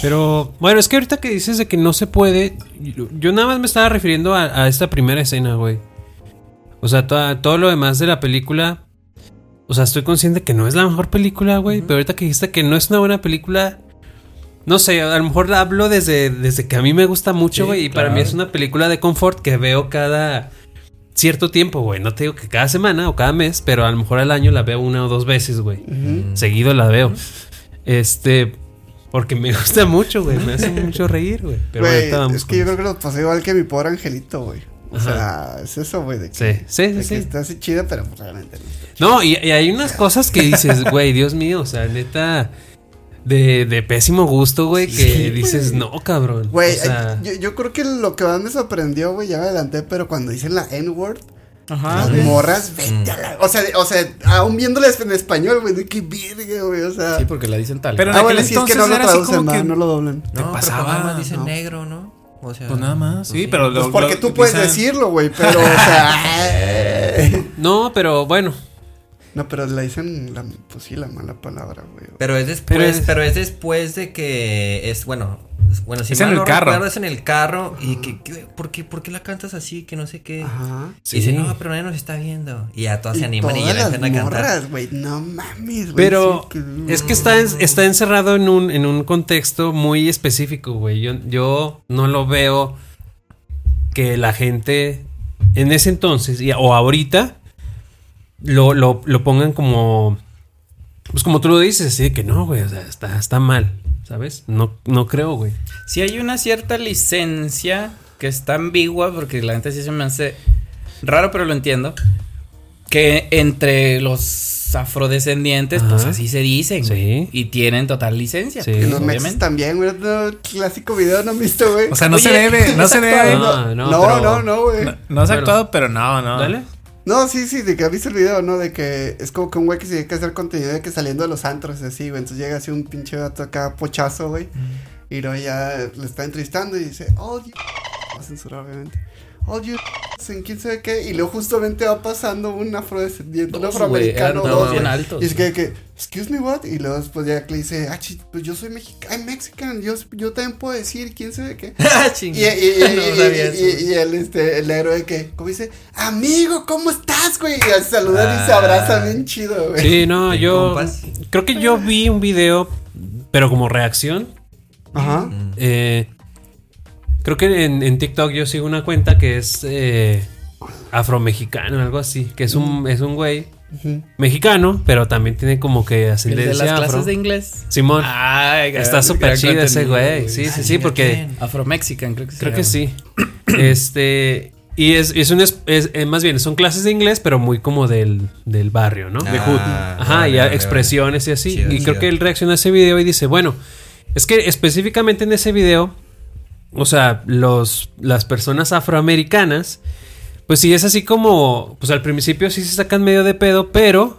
S5: Pero bueno, es que ahorita que dices de que no se puede, yo, yo nada más me estaba refiriendo a, a esta primera escena, güey. O sea, toda- todo lo demás de la película, o sea, estoy consciente que no es la mejor película, güey, pero ahorita que dijiste que no es una buena película, no sé, a lo mejor la hablo desde, desde que a mí me gusta mucho,
S1: Sí,
S5: güey, y para mí
S1: claro.
S5: es una película de confort que veo cada cierto tiempo, güey. No te digo que cada semana o cada mes, pero a lo mejor al año la veo una o dos veces, güey. Seguido la veo. Este, porque me gusta mucho, güey. Me hace mucho reír, güey. Pero
S3: Güey,
S5: ahorita vamos
S3: es que yo
S5: con
S3: creo que lo pasé igual que mi pobre angelito, güey. O sea, es eso, güey. de que-
S5: Sí, sí, sí,
S3: de
S5: sí.
S3: Que está así chida, pero pues, realmente no.
S5: eso. No, y, y hay unas cosas que dices, güey, Dios mío, o sea, neta. De, de pésimo gusto, güey, que dices, no, cabrón.
S3: Güey,
S5: o sea,
S3: yo, yo creo que lo que más me sorprendió, güey, ya me adelanté, pero cuando dicen la N-word,
S1: Ajá.
S2: Ah,
S3: las morras, vete a la. O sea, de- o sea, aún viéndolas en español, güey, de qué virgen, güey, o sea.
S1: Sí, pues. porque la dicen tal.
S2: Pero-
S1: Pero
S3: ah, bueno,
S2: en aquel
S3: sí, es que no
S2: entonces
S3: lo
S2: era así
S3: traducen,
S2: como
S3: va,
S2: que-
S3: no lo doblan.
S4: No, pero pues
S2: pasaba,
S4: nada más dicen
S2: ¿no?
S4: negro, ¿no? O sea,
S2: Pues nada más. Sí, pero
S3: Pues
S2: lo-
S3: porque
S2: lo-
S3: tú puedes
S2: quizá-
S3: decirlo, güey, pero, o sea.
S5: no, pero bueno.
S3: no, pero le dicen, la, pues sí, la mala palabra, güey.
S4: Pero es después,
S5: Pero
S4: pero
S5: es-
S4: es, después de que es bueno, es- bueno, si
S2: Es en
S4: mal
S2: el
S4: no
S2: carro.
S4: recuerdo, es en el carro y que, que, ¿por qué por qué la cantas así? Que no sé qué.
S3: Ajá.
S5: Sí.
S4: Y dice, "No, pero nadie nos está viendo." Y ya todas
S3: Y
S4: se animan y ya
S3: todas
S4: le empiezan a
S3: las
S4: cantar.
S3: morras, güey, no mames, güey.
S5: Pero
S3: sí,
S5: es que está, en- está encerrado en un, en un contexto muy específico, güey. Yo, yo no lo veo que la gente en ese entonces y- o ahorita lo, lo- lo pongan como... Pues como tú lo dices, así de que no, güey, o sea, está, está mal, ¿sabes? No, no creo, güey.
S1: si hay una cierta licencia que está ambigua, porque la gente sí se me hace raro, pero lo entiendo. Que entre los afrodescendientes, pues
S5: Ajá.
S1: así se dicen. güey,
S5: Sí.
S1: Y tienen total licencia.
S5: Sí.
S1: pues,
S3: En los mexes
S1: obviamente.
S3: también, güey. No, clásico video, ¿no han visto, güey?
S2: O sea, no se
S1: Oye,
S2: debe, no se debe. No,
S5: No, no,
S3: no,
S5: pero-
S3: no, no, güey.
S2: no, se ha
S5: Bueno.
S2: actuado, pero no,
S1: Ah.
S2: no.
S5: ¿Dale?
S3: No, sí, sí, de que has visto el video, ¿no? De que es como que un güey que se dedica a hacer contenido de que saliendo de los antros, y así, güey. Entonces llega así un pinche vato acá, pochazo, güey.
S1: Mm.
S3: Y luego ya le está entrevistando y dice, all you. Va a censurar, obviamente. All you. En quién sabe qué. Y luego justamente va pasando un afrodescendiente, un
S1: Dos,
S3: afroamericano,
S1: güey, eran
S3: dos,
S1: todos
S3: güey.
S1: bien altos,
S3: Y es que, que, excuse me, what? Y luego después ya que le dice, ah, chi, pues yo soy mexicano, I'm Mexican, yo, yo también puedo decir quién sabe qué.
S4: Ah,
S3: Y,
S4: chinga.
S3: y, y,
S4: No sabía
S3: y-
S4: eso.
S3: y- y el, este, el héroe que, como dice, amigo, ¿cómo estás, güey? Y se saludan y se
S4: Ah.
S3: abrazan bien chido, güey.
S5: Sí, no,
S4: Sí,
S5: yo...
S4: compas.
S5: Creo que yo vi un video, pero como reacción,
S3: Ajá.
S5: Eh, creo que en, en TikTok yo sigo una cuenta que es eh, afromexicano, algo así. Que es
S1: Mm.
S5: un, es un güey
S3: Ujú.
S5: mexicano, pero también tiene como que
S1: El de
S5: ascendencia
S1: las
S5: afro.
S1: clases de inglés.
S5: Simón.
S1: Ay,
S5: está súper chido ese güey. Sí, sí,
S4: Ah,
S5: sí,
S4: mira
S5: porque
S4: quién.
S1: Afro-Mexican, creo que se
S5: creo que
S1: llama.
S5: sí. Este. Y es, es un. es- es- eh, más bien, son clases de inglés, pero muy como del, del barrio, ¿no?
S4: Ah, vale,
S5: Ajá, y
S4: vale,
S5: a-
S4: vale.
S5: expresiones y así.
S4: Chido,
S5: y creo
S4: chido.
S5: que él reacciona a ese video y dice, bueno, es que específicamente en ese video, o sea, los, las personas afroamericanas, pues sí es así como, pues al principio sí se sacan medio de pedo, pero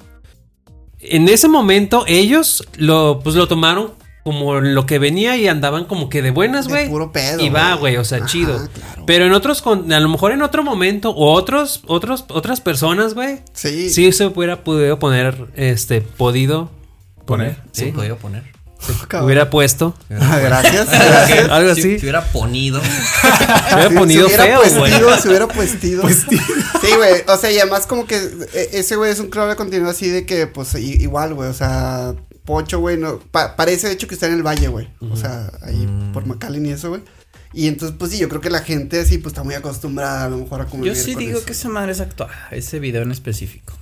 S5: en ese momento ellos lo, pues lo tomaron como lo que venía y andaban como que de buenas,
S3: De
S5: güey.
S3: puro pedo,
S5: Y va,
S3: güey.
S5: güey, o sea,
S3: Ajá,
S5: chido.
S3: claro.
S5: Pero en otros, con- a lo mejor en otro momento, o otros, otros, otras personas, güey.
S3: Sí.
S5: Sí se hubiera podido poner, este, podido
S2: Poner.
S4: Sí,
S5: Sí.
S4: podía poner.
S3: Cabrón.
S5: Hubiera puesto.
S3: Ah, gracias, gracias.
S5: Algo
S4: Si-
S5: así.
S4: Si hubiera ponido.
S5: Se hubiera
S3: Sí,
S5: ponido
S3: se hubiera
S5: feo, güey.
S3: puestido, Se hubiera puestido. Sí, güey. O sea, y además como que eh, ese güey es un creador continuo así de que, pues, i- igual, güey. O sea, Pocho, güey, no, pa- parece de hecho que está en el valle, güey. O sea, ahí
S1: Mm.
S3: por McAllen y eso, güey. Y entonces, pues sí, yo creo que la gente así, pues, está muy acostumbrada a lo mejor a convivir
S1: Yo sí
S3: con
S1: digo
S3: eso.
S1: que esa madre es actuada, ese video en específico.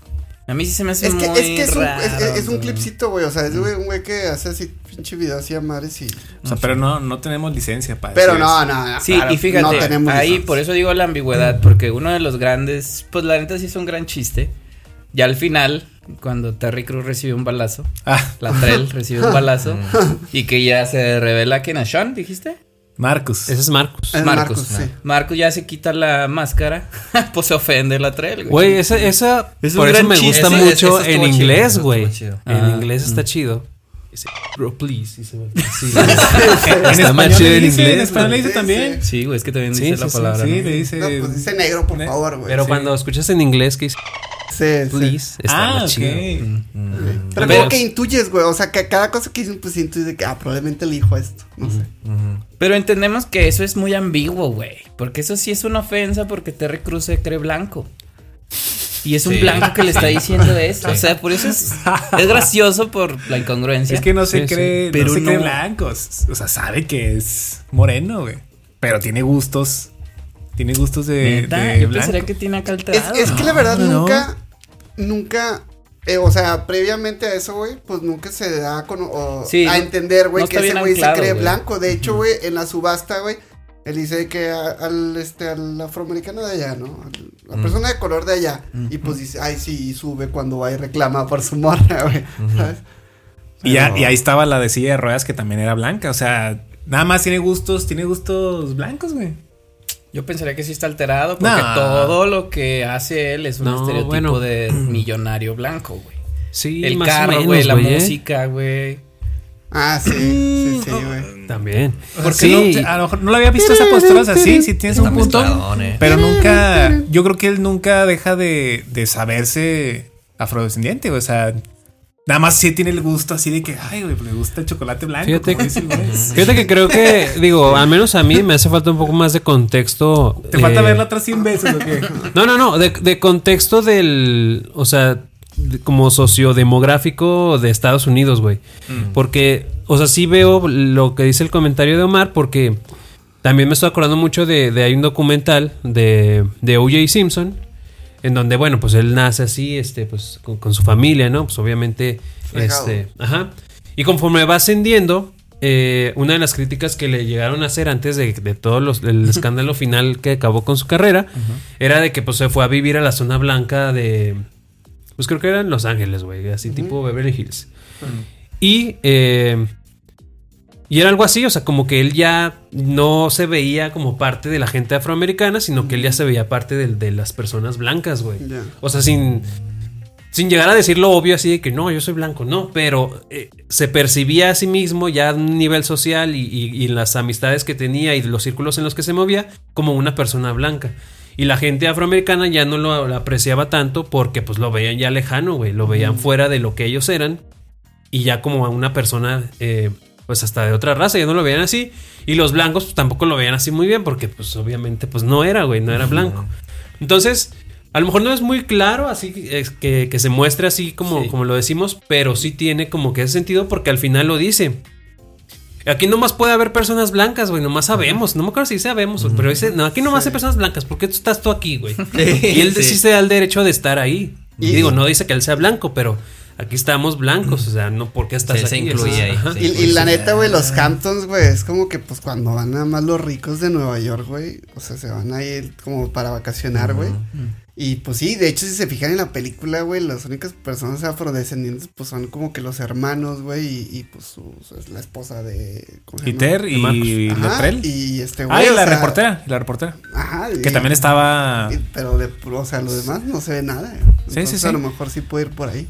S1: A mí sí se me hace
S3: Es que,
S1: muy
S3: es, que es, un,
S1: raro,
S3: es, es- es un
S1: güey.
S3: clipcito, güey. O sea, es güey, un güey que hace así pinche video así a madres y.
S2: O sea, pero no, no tenemos licencia para
S3: Pero
S2: decir
S3: no,
S2: eso.
S3: no, no.
S1: Sí,
S3: Ah, claro,
S1: y fíjate,
S3: no tenemos
S1: ahí
S3: licencia.
S1: por eso digo la ambigüedad, porque uno de los grandes, pues la neta sí es un gran chiste. Ya al final, cuando Terry Cruz recibe un balazo,
S2: Ah,
S1: la Trell recibe un balazo,
S5: Mm.
S1: y que ya se revela que Nashon, dijiste.
S2: Marcus.
S5: Ese es Marcus.
S3: Es Marcos,
S1: Marcos,
S3: sí.
S1: Marcos ya se quita la máscara, pues se ofende la Trell,
S5: Güey, esa, esa
S1: Es un
S5: por eso
S1: gran
S5: me
S1: chiste.
S5: gusta
S4: Ese- ese
S5: mucho
S4: estuvo
S5: en
S4: chido,
S5: inglés,
S4: ese
S5: güey.
S4: estuvo chido.
S5: En
S1: Ah,
S5: inglés
S3: Mm.
S5: está chido.
S3: Ah,
S5: Dice, bro, please. y se me- sí, güey.
S2: En
S5: Está más
S2: español
S5: chido
S2: le
S5: en
S2: dice, En
S5: inglés,
S2: español le
S3: güey.
S2: dice
S3: Sí,
S2: también.
S1: Sí, güey, es que también
S2: Sí,
S1: dice
S2: sí,
S1: la
S2: sí,
S1: palabra.
S2: sí,
S1: ¿no?
S2: le dice.
S3: No, pues dice negro, por
S2: Ne- Ah,
S3: favor, güey.
S5: Pero cuando escuchas en inglés que dice
S3: Sí, sí.
S5: please, está
S2: Ah,
S5: más
S2: ok.
S5: chido.
S2: mm.
S3: Pero
S1: Pero-
S3: como que intuyes, güey. O sea, que cada cosa que dicen, pues intuyes de que, ah, probablemente le dijo esto. No sé.
S1: Pero entendemos que eso es muy ambiguo, güey. Porque eso sí es una ofensa porque Terry Cruz se cree blanco. Y es un
S4: Sí.
S1: blanco que le está diciendo eso. O sea, por eso es, es gracioso por la incongruencia.
S2: Es que no se
S5: Sí, sí.
S2: cree, no
S1: Pero
S2: se cree
S1: no-
S2: blanco. O sea, sabe que es moreno, güey. Pero tiene gustos. Tiene gustos de,
S1: Neta,
S2: de
S1: yo
S2: blanco.
S1: pensaría que tiene
S3: Es,
S1: acalterado.
S3: es que la verdad
S2: No, no.
S3: nunca, nunca, eh, o sea, previamente a eso, güey, pues nunca se da a cono- o-
S1: Sí,
S3: a
S1: no-
S3: entender, güey,
S1: no
S3: que
S1: está
S3: ese
S1: bien
S3: güey se
S1: anclado,
S3: cree
S1: güey.
S3: blanco. De hecho, güey, en la subasta, güey, él dice que a- al, este, al afroamericano de allá, ¿no? Al- La persona de color de allá. Y pues dice, ay, sí, y sube cuando va y reclama por su morra, güey. ¿sabes?
S2: Y, ya-
S3: Pero-
S2: y ahí estaba la de silla de ruedas que también era blanca. O sea, nada más tiene gustos, tiene gustos blancos, güey.
S1: Yo pensaría que sí está alterado porque
S2: Nah.
S1: todo lo que hace él es un
S5: No,
S1: estereotipo
S5: bueno.
S1: de millonario blanco, güey.
S5: Sí,
S1: El
S5: más o
S1: carro,
S5: menos,
S1: güey, la
S5: ¿eh?
S1: música, güey.
S3: Ah, sí, sí, sí, güey.
S5: También.
S2: Porque
S5: Sí,
S2: no- a lo mejor no lo había visto esa postura. O sea, sí, sí tienes un
S4: Está
S2: punto.
S4: mezcladón, eh.
S2: Pero nunca. Yo creo que él nunca deja de, de saberse afrodescendiente. güey, O sea, nada más sí tiene el gusto así de que, ay, güey, pues, le gusta el chocolate blanco.
S5: Fíjate
S2: como dice
S5: que-
S2: el Ah, güey.
S5: Fíjate que creo que, digo, al menos a mí me hace falta un poco más de contexto.
S2: Te
S5: eh,
S2: falta verla otras 100 veces, ¿o qué?
S5: No, no, no, de, de contexto del, o sea, de- como sociodemográfico de Estados Unidos, güey. Porque, o sea, sí veo lo que dice el comentario de Omar, porque también me estoy acordando mucho de, de hay un documental de, de O.J. Simpson, en donde, bueno, pues él nace así, este, pues, con, con su familia, ¿no? Pues obviamente,
S3: Fregado.
S5: este, ajá. Y conforme va ascendiendo, eh, una de las críticas que le llegaron a hacer antes de, de todo los, el escándalo final que acabó con su carrera era de que pues se fue a vivir a la zona blanca de. Pues creo que era en Los Ángeles, güey. Así tipo Beverly Hills. Y. eh, y era algo así, o sea, como que él ya no se veía como parte de la gente afroamericana, sino que él ya se veía parte del- de, las personas blancas, güey.
S3: Ya.
S5: O sea, sin, sin llegar a decir lo obvio así de que no, yo soy blanco, no, pero eh, se percibía a sí mismo ya a un nivel social y, y- y las amistades que tenía y los círculos en los que se movía como una persona blanca. Y la gente afroamericana ya no lo, apreciaba tanto porque pues lo veían ya lejano, güey, lo veían fuera de lo que ellos eran y ya como a una persona eh, pues hasta de otra raza, ya no lo veían así y los blancos pues, tampoco lo veían así muy bien porque pues obviamente pues no era, güey, no era blanco. Entonces, a lo mejor no es muy claro así es que, que se muestre así como,
S1: Sí.
S5: como lo decimos, pero sí tiene como que ese sentido porque al final lo dice. Aquí nomás puede haber personas blancas, güey, nomás sabemos, no me acuerdo si sabemos, pero dice, no, aquí nomás hay personas blancas, ¿por qué tú estás tú aquí, güey? y él sí.
S4: sí.
S5: se da el derecho de estar ahí.
S3: Y-
S5: Digo, no dice que él sea blanco, pero aquí estamos blancos, o sea, no, ¿por qué estás
S4: Sí, se
S5: aquí?
S4: incluye
S5: Eso es-
S4: ahí,
S5: ajá.
S4: sí.
S3: Y, y la
S4: pues,
S3: neta, güey, los Hamptons, güey, es como que pues cuando van nada más los ricos de Nueva York, güey, o sea, se van ahí como para vacacionar, güey. Y pues sí, de hecho, si se fijan en la película, güey, las únicas personas afrodescendientes pues son como que los hermanos, güey, y, y, pues su- su- es la esposa de... ¿cómo se llama?
S2: Peter y
S5: Marcos.
S3: Ajá,
S2: Letrell.
S3: Y este güey.
S2: Ah, y
S3: o
S2: la
S3: sea,
S2: reportera. y la reportera.
S3: Ajá.
S2: Que también estaba.
S3: Pero de, o sea, lo demás no se ve nada.
S2: Sí, sí,
S3: Entonces, A
S2: sí.
S3: lo mejor sí puede ir por ahí.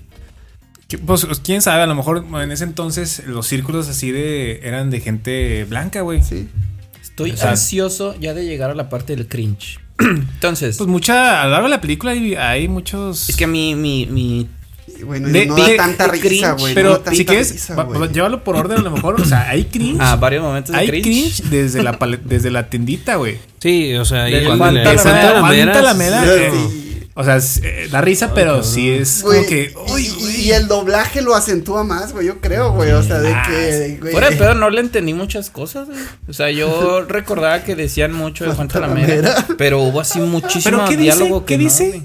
S2: Que, Pues quién sabe, a lo mejor en ese entonces los círculos así de eran de gente blanca, güey.
S3: Sí.
S1: Estoy
S2: O sea-
S1: ansioso ya de llegar a la parte del cringe. Entonces,
S2: Pues mucha, a lo largo de la película hay, hay muchos.
S1: es que a mí, mi, mi.
S3: Bueno,
S2: De-
S3: no
S2: de-
S3: da tanta
S1: de
S3: risa,
S1: cringe,
S3: güey. no
S2: pero
S3: da
S2: si
S3: tanta
S2: quieres,
S3: risa,
S2: va-
S3: güey.
S2: va- llévalo por orden a lo mejor. O sea, hay cringe.
S1: Ah, varios momentos de
S2: hay
S1: cringe.
S2: cringe. desde la pale- desde la tiendita, güey.
S5: Sí, o sea, ahí
S1: Del
S5: en-
S1: Juan
S5: en
S1: Talavera.
S5: Santa
S2: Juan
S5: Lamera,
S2: Talavera,
S3: Sí.
S2: eh, O sea, es, eh, da risa, pero sí es
S3: Güey,
S2: como que.
S3: y-
S2: "Uy,
S3: y-
S2: güey".
S3: y, el doblaje lo acentúa más, güey, yo creo, güey. O sea, de
S2: Ah,
S3: que, güey.
S1: Fuera de pedo, no le entendí muchas cosas, güey. O sea, yo recordaba que decían mucho de Juan Talamera, pero hubo así muchísimo
S2: ¿Pero qué dice?
S1: diálogo
S2: ¿Qué
S1: que no,
S2: dice?
S1: güey.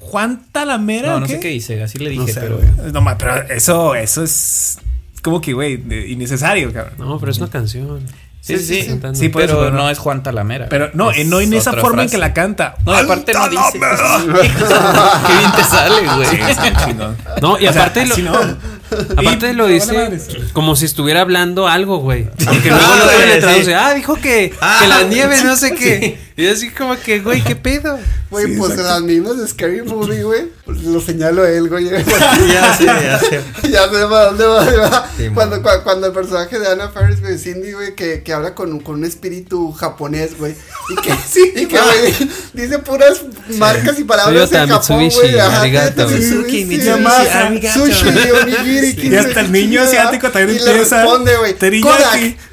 S2: ¿Juan Talamera?
S1: No,
S2: o
S1: no
S2: qué?
S1: sé qué dice, así le dije,
S3: No sé,
S1: pero.
S3: güey.
S2: No, ma, pero eso, eso es como que, güey, de- innecesario, cabrón.
S5: No, pero es una canción.
S1: Sí, sí, sí.
S5: Cantando.
S2: Sí, por
S1: pero
S2: eso, pero
S1: no.
S2: no.
S1: es Juan Talamera.
S2: Pero no,
S1: Es
S2: eh, no en esa
S1: otra
S2: forma en
S1: frase.
S2: que la canta.
S1: No, y aparte no
S2: ¡Alta la
S1: dice.
S2: mera!
S1: Qué bien te sale, güey.
S2: Sí, está chingón.
S5: No, y
S2: O sea,
S5: aparte lo,
S2: así no.
S5: aparte
S2: Y-
S5: lo
S2: vale
S5: dice
S2: madres.
S5: como si estuviera hablando algo, güey. Porque luego
S4: Ah,
S5: el otro
S4: güey,
S5: le
S4: sí.
S5: traduce, ah, dijo que,
S4: Ah,
S5: que la nieve, no sé qué. Y yo así como que, güey, ¿qué pedo?
S3: Güey,
S2: Sí,
S3: pues
S2: exacto.
S3: las mismas de Scary Movie, güey. Lo señalo a él, güey.
S4: ya sé, ya sé.
S3: ya sé para dónde va. dónde va.
S4: Sí,
S3: cuando,
S4: man.
S3: cua- cuando el personaje de Anna Faris, güey, Cindy, güey, que, que habla con, un- con un espíritu japonés, güey. Y que, y que güey, dice puras marcas y palabras
S5: Toyota,
S3: en Japón,
S5: Mitsubishi,
S3: güey. Ajá,
S5: arigato, güey.
S4: Mitsubishi,
S3: sí,
S4: Mitsubishi,
S3: ajá,
S4: arigato.
S3: Sushi, onigiri, quién
S2: Y
S3: sabe
S2: hasta el
S3: qué
S2: niño
S3: chingada.
S2: asiático también
S3: Y le
S2: empieza,
S3: responde, güey.
S2: "Teriyaki,
S3: Kodak,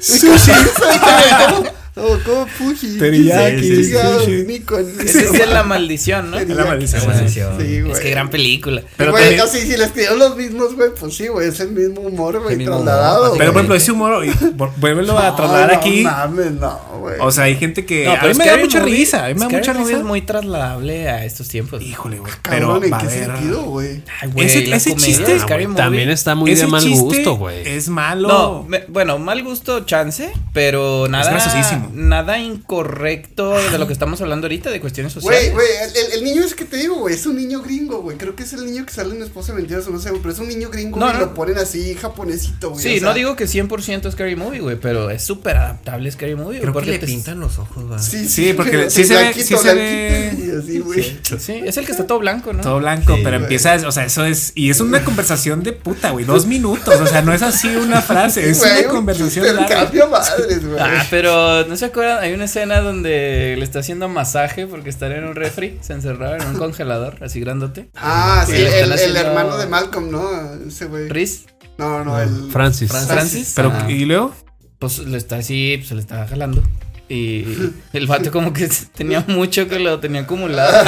S3: sushi. ¿Cómo? Oh, ¿Cómo? Fuji.
S2: Teriyaki,
S3: sí, sí,
S2: sushi.
S3: sí. Nikon.
S1: Esa sí es la maldición, ¿no?
S3: Sí,
S2: La maldición.
S4: Qué maldición.
S3: Sí, güey.
S1: Es que gran película.
S2: Pero
S3: güey,
S2: también-
S3: o sea, si les pidieron los mismos, güey, pues sí, güey, es el mismo humor,
S4: El
S3: güey,
S4: mismo humor,
S3: trasladado.
S2: Pero por
S3: güey.
S2: ejemplo, ese humor, y vu- vuélvelo a trasladar
S3: No,
S2: aquí.
S3: No mames, no, güey.
S2: O sea, hay gente que.
S1: No,
S2: Eh, a mí
S1: es
S2: me
S1: que
S2: da
S1: Scary
S2: mucha
S1: Movie-
S2: risa. A mí me da
S1: Scary
S2: mucha
S1: Movie
S2: risa.
S1: Es muy trasladable a estos tiempos.
S2: Híjole, güey. Pero.
S3: Cabrón, ¿en
S2: va
S3: qué
S2: a ver-
S3: sentido, güey?
S1: Ay, güey,
S2: Ese-
S1: la
S2: ese
S1: comedia
S2: chiste-
S1: de Scary
S5: Ah, güey,
S1: Movie.
S5: también está muy
S2: Ese
S5: de mal
S2: chiste
S5: gusto, güey.
S2: Es malo.
S1: No, me- bueno, mal gusto, chance, pero nada,
S2: graciosísimo.
S1: nada incorrecto de lo que estamos hablando ahorita de cuestiones
S3: Güey,
S1: sociales.
S3: güey, el, el- el niño es que te digo, güey, es un niño gringo, güey. Creo que es el niño que sale en Esposa Mentirosa, no sé, güey, pero es un niño gringo
S1: No,
S3: y
S1: no.
S3: lo ponen así japonesito, güey.
S1: sí,
S3: o sea,
S1: no digo que 100% Scary Movie, güey, pero es súper adaptable Scary Movie.
S4: Creo
S1: porque
S4: que le
S1: te-
S4: pintan los ojos, va.
S3: Sí,
S2: Sí, porque
S3: güey,
S2: sí
S3: así
S2: se ve-
S3: blanquito,
S2: sí se ve-
S3: blanquito, y así, güey.
S1: Sí, es el que está todo blanco, ¿no?
S2: Todo blanco,
S4: Sí,
S2: pero
S3: güey.
S2: empieza, o sea, eso es, y es una conversación de puta, güey, dos minutos, o sea, no es así una frase, es
S3: Güey,
S2: una
S3: un
S2: conversación larga.
S3: intercambio madres, güey.
S1: Ah, pero ¿no se acuerdan? Hay una escena donde le está haciendo masaje porque estaría en un refri, se encerraba en un congelador, así grandote.
S3: Ah, sí,
S1: Sí, le
S3: el,
S1: están
S3: el
S1: haciendo-
S3: hermano de Malcolm, ¿no? Ese güey.
S1: Riz,
S3: No,
S2: Ah,
S3: no, el.
S5: Francis.
S4: Francis.
S1: Francis,
S2: Pero,
S1: ah,
S2: y luego,
S1: pues lo está así, pues se le estaba jalando. Y el vato como que tenía mucho que lo tenía acumulado.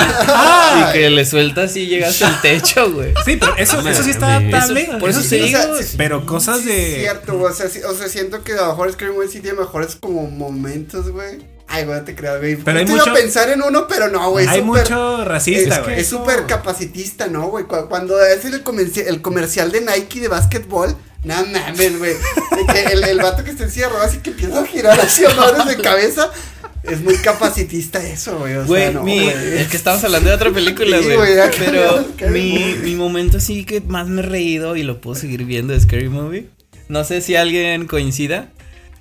S1: y que le suelta así y llega hasta el techo, güey.
S2: sí, pero eso, eso sí está
S5: Eso-
S2: adaptable,
S1: Por eso
S2: sí,
S1: te
S3: o
S1: digo,
S3: sea,
S2: pero cosas
S3: Es
S2: de,
S3: cierto, güey. O sea, sí- o sea, siento que a lo mejor Scream güey, sí tiene mejores como momentos, güey. Ay, güey, no te creas, güey.
S2: Pero hay
S3: Yo te iba
S2: mucho-
S3: a pensar en uno, pero no, güey. es
S2: hay
S3: súper-
S2: mucho
S3: Es
S2: racista, güey.
S3: es súper capacitista, ¿no, güey? Cu- Cuando es el, comenci- el comercial de Nike de básquetbol, no mames, güey. De que el, el vato que está encierrado así que empieza a girar hacia madres de cabeza. Es muy capacitista eso, güey. O
S1: Güey,
S3: sea, no,
S1: mi-
S3: güey.
S1: es que estamos hablando de otra película,
S3: Sí,
S1: güey.
S3: güey, ya
S1: pero
S3: cambiamos, Scary
S1: mi,
S3: Movie.
S1: mi momento así que más me he reído y lo puedo seguir viendo de Scary Movie. No sé si alguien coincida,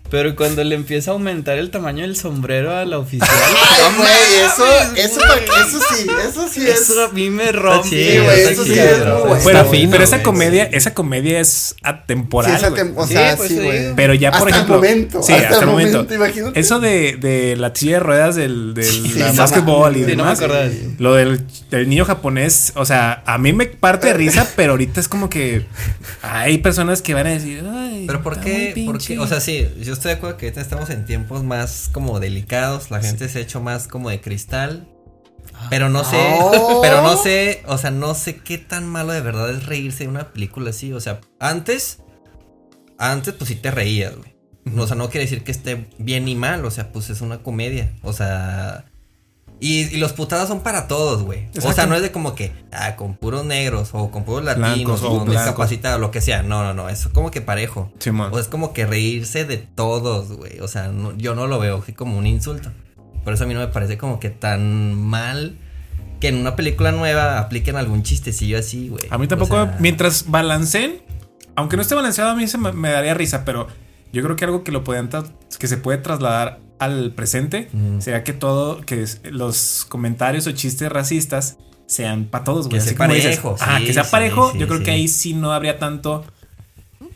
S1: pero cuando le empieza a aumentar el tamaño del sombrero a la oficial.
S3: Ay,
S1: ¡no
S3: güey, eso,
S1: mames,
S3: eso,
S1: güey!
S3: eso sí, eso sí es.
S1: Eso a mí me rompe. güey,
S4: chido,
S3: güey,
S1: eso
S3: eso
S1: sí
S3: sí
S1: me
S3: es muy
S1: rompe.
S3: bueno.
S2: Pero,
S4: Está bueno,
S2: pero esa
S4: güey,
S2: comedia,
S4: sí.
S2: esa comedia es
S3: Sí,
S2: atemporal,
S3: esa
S2: güey.
S3: tem- o
S1: Sí,
S3: sea,
S1: pues,
S3: sí,
S1: te
S3: güey.
S1: digo.
S2: pero ya, por
S3: hasta el
S2: ejemplo,
S3: momento,
S2: sí, hasta, el momento.
S3: imagínate.
S2: Eso de, de la silla de ruedas del, del
S3: Sí,
S2: la
S3: no
S2: básquetbol y
S3: mames.
S1: Sí, no me
S2: demás.
S1: acordaba.
S2: Lo del, del niño japonés, o sea, a mí me parte de risa, pero ahorita es como que hay personas que van a decir, ay,
S4: Pero ¿por
S2: está
S4: qué,
S2: muy
S4: por
S2: pinche".
S4: qué? O sea, sí, yo estoy de acuerdo que ahorita estamos en tiempos más como delicados, la gente se ha hecho más como de cristal.
S2: Ah.
S4: Pero no sé,
S3: Oh.
S4: pero no sé, o sea, no sé qué tan malo de verdad es reírse de una película así. O sea, antes, antes pues sí te reías, güey. O sea, no quiere decir que esté bien ni mal, o sea, pues es una comedia. O sea, y, y los putados son para todos, güey. O sea,
S2: Exacto.
S4: no es de como que, ah, con puros negros o con puros
S2: Blancos
S4: latinos
S2: o
S4: o
S2: blancos.
S4: discapacitados, lo que sea. No, no, no, es como que parejo.
S2: Sí, man.
S4: O es como que reírse de todos, güey. O sea, no- yo no lo veo así como un insulto. Por eso a mí no me parece como que tan mal que en una película nueva apliquen algún chistecillo así, güey.
S2: A mí tampoco,
S4: O sea,
S2: mientras balanceen, aunque no esté balanceado, a mí se me, me daría risa, pero yo creo que algo que lo pueden tra- que se puede trasladar al presente
S4: Mm.
S2: sería que todo, que es- los comentarios o chistes racistas sean para todos, güey.
S4: Que sea
S2: Así como dices,
S4: parejo,
S2: ah,
S4: sí,
S2: que sea
S4: sí,
S2: parejo.
S4: sí,
S2: yo creo
S4: sí.
S2: que ahí sí no habría tanto.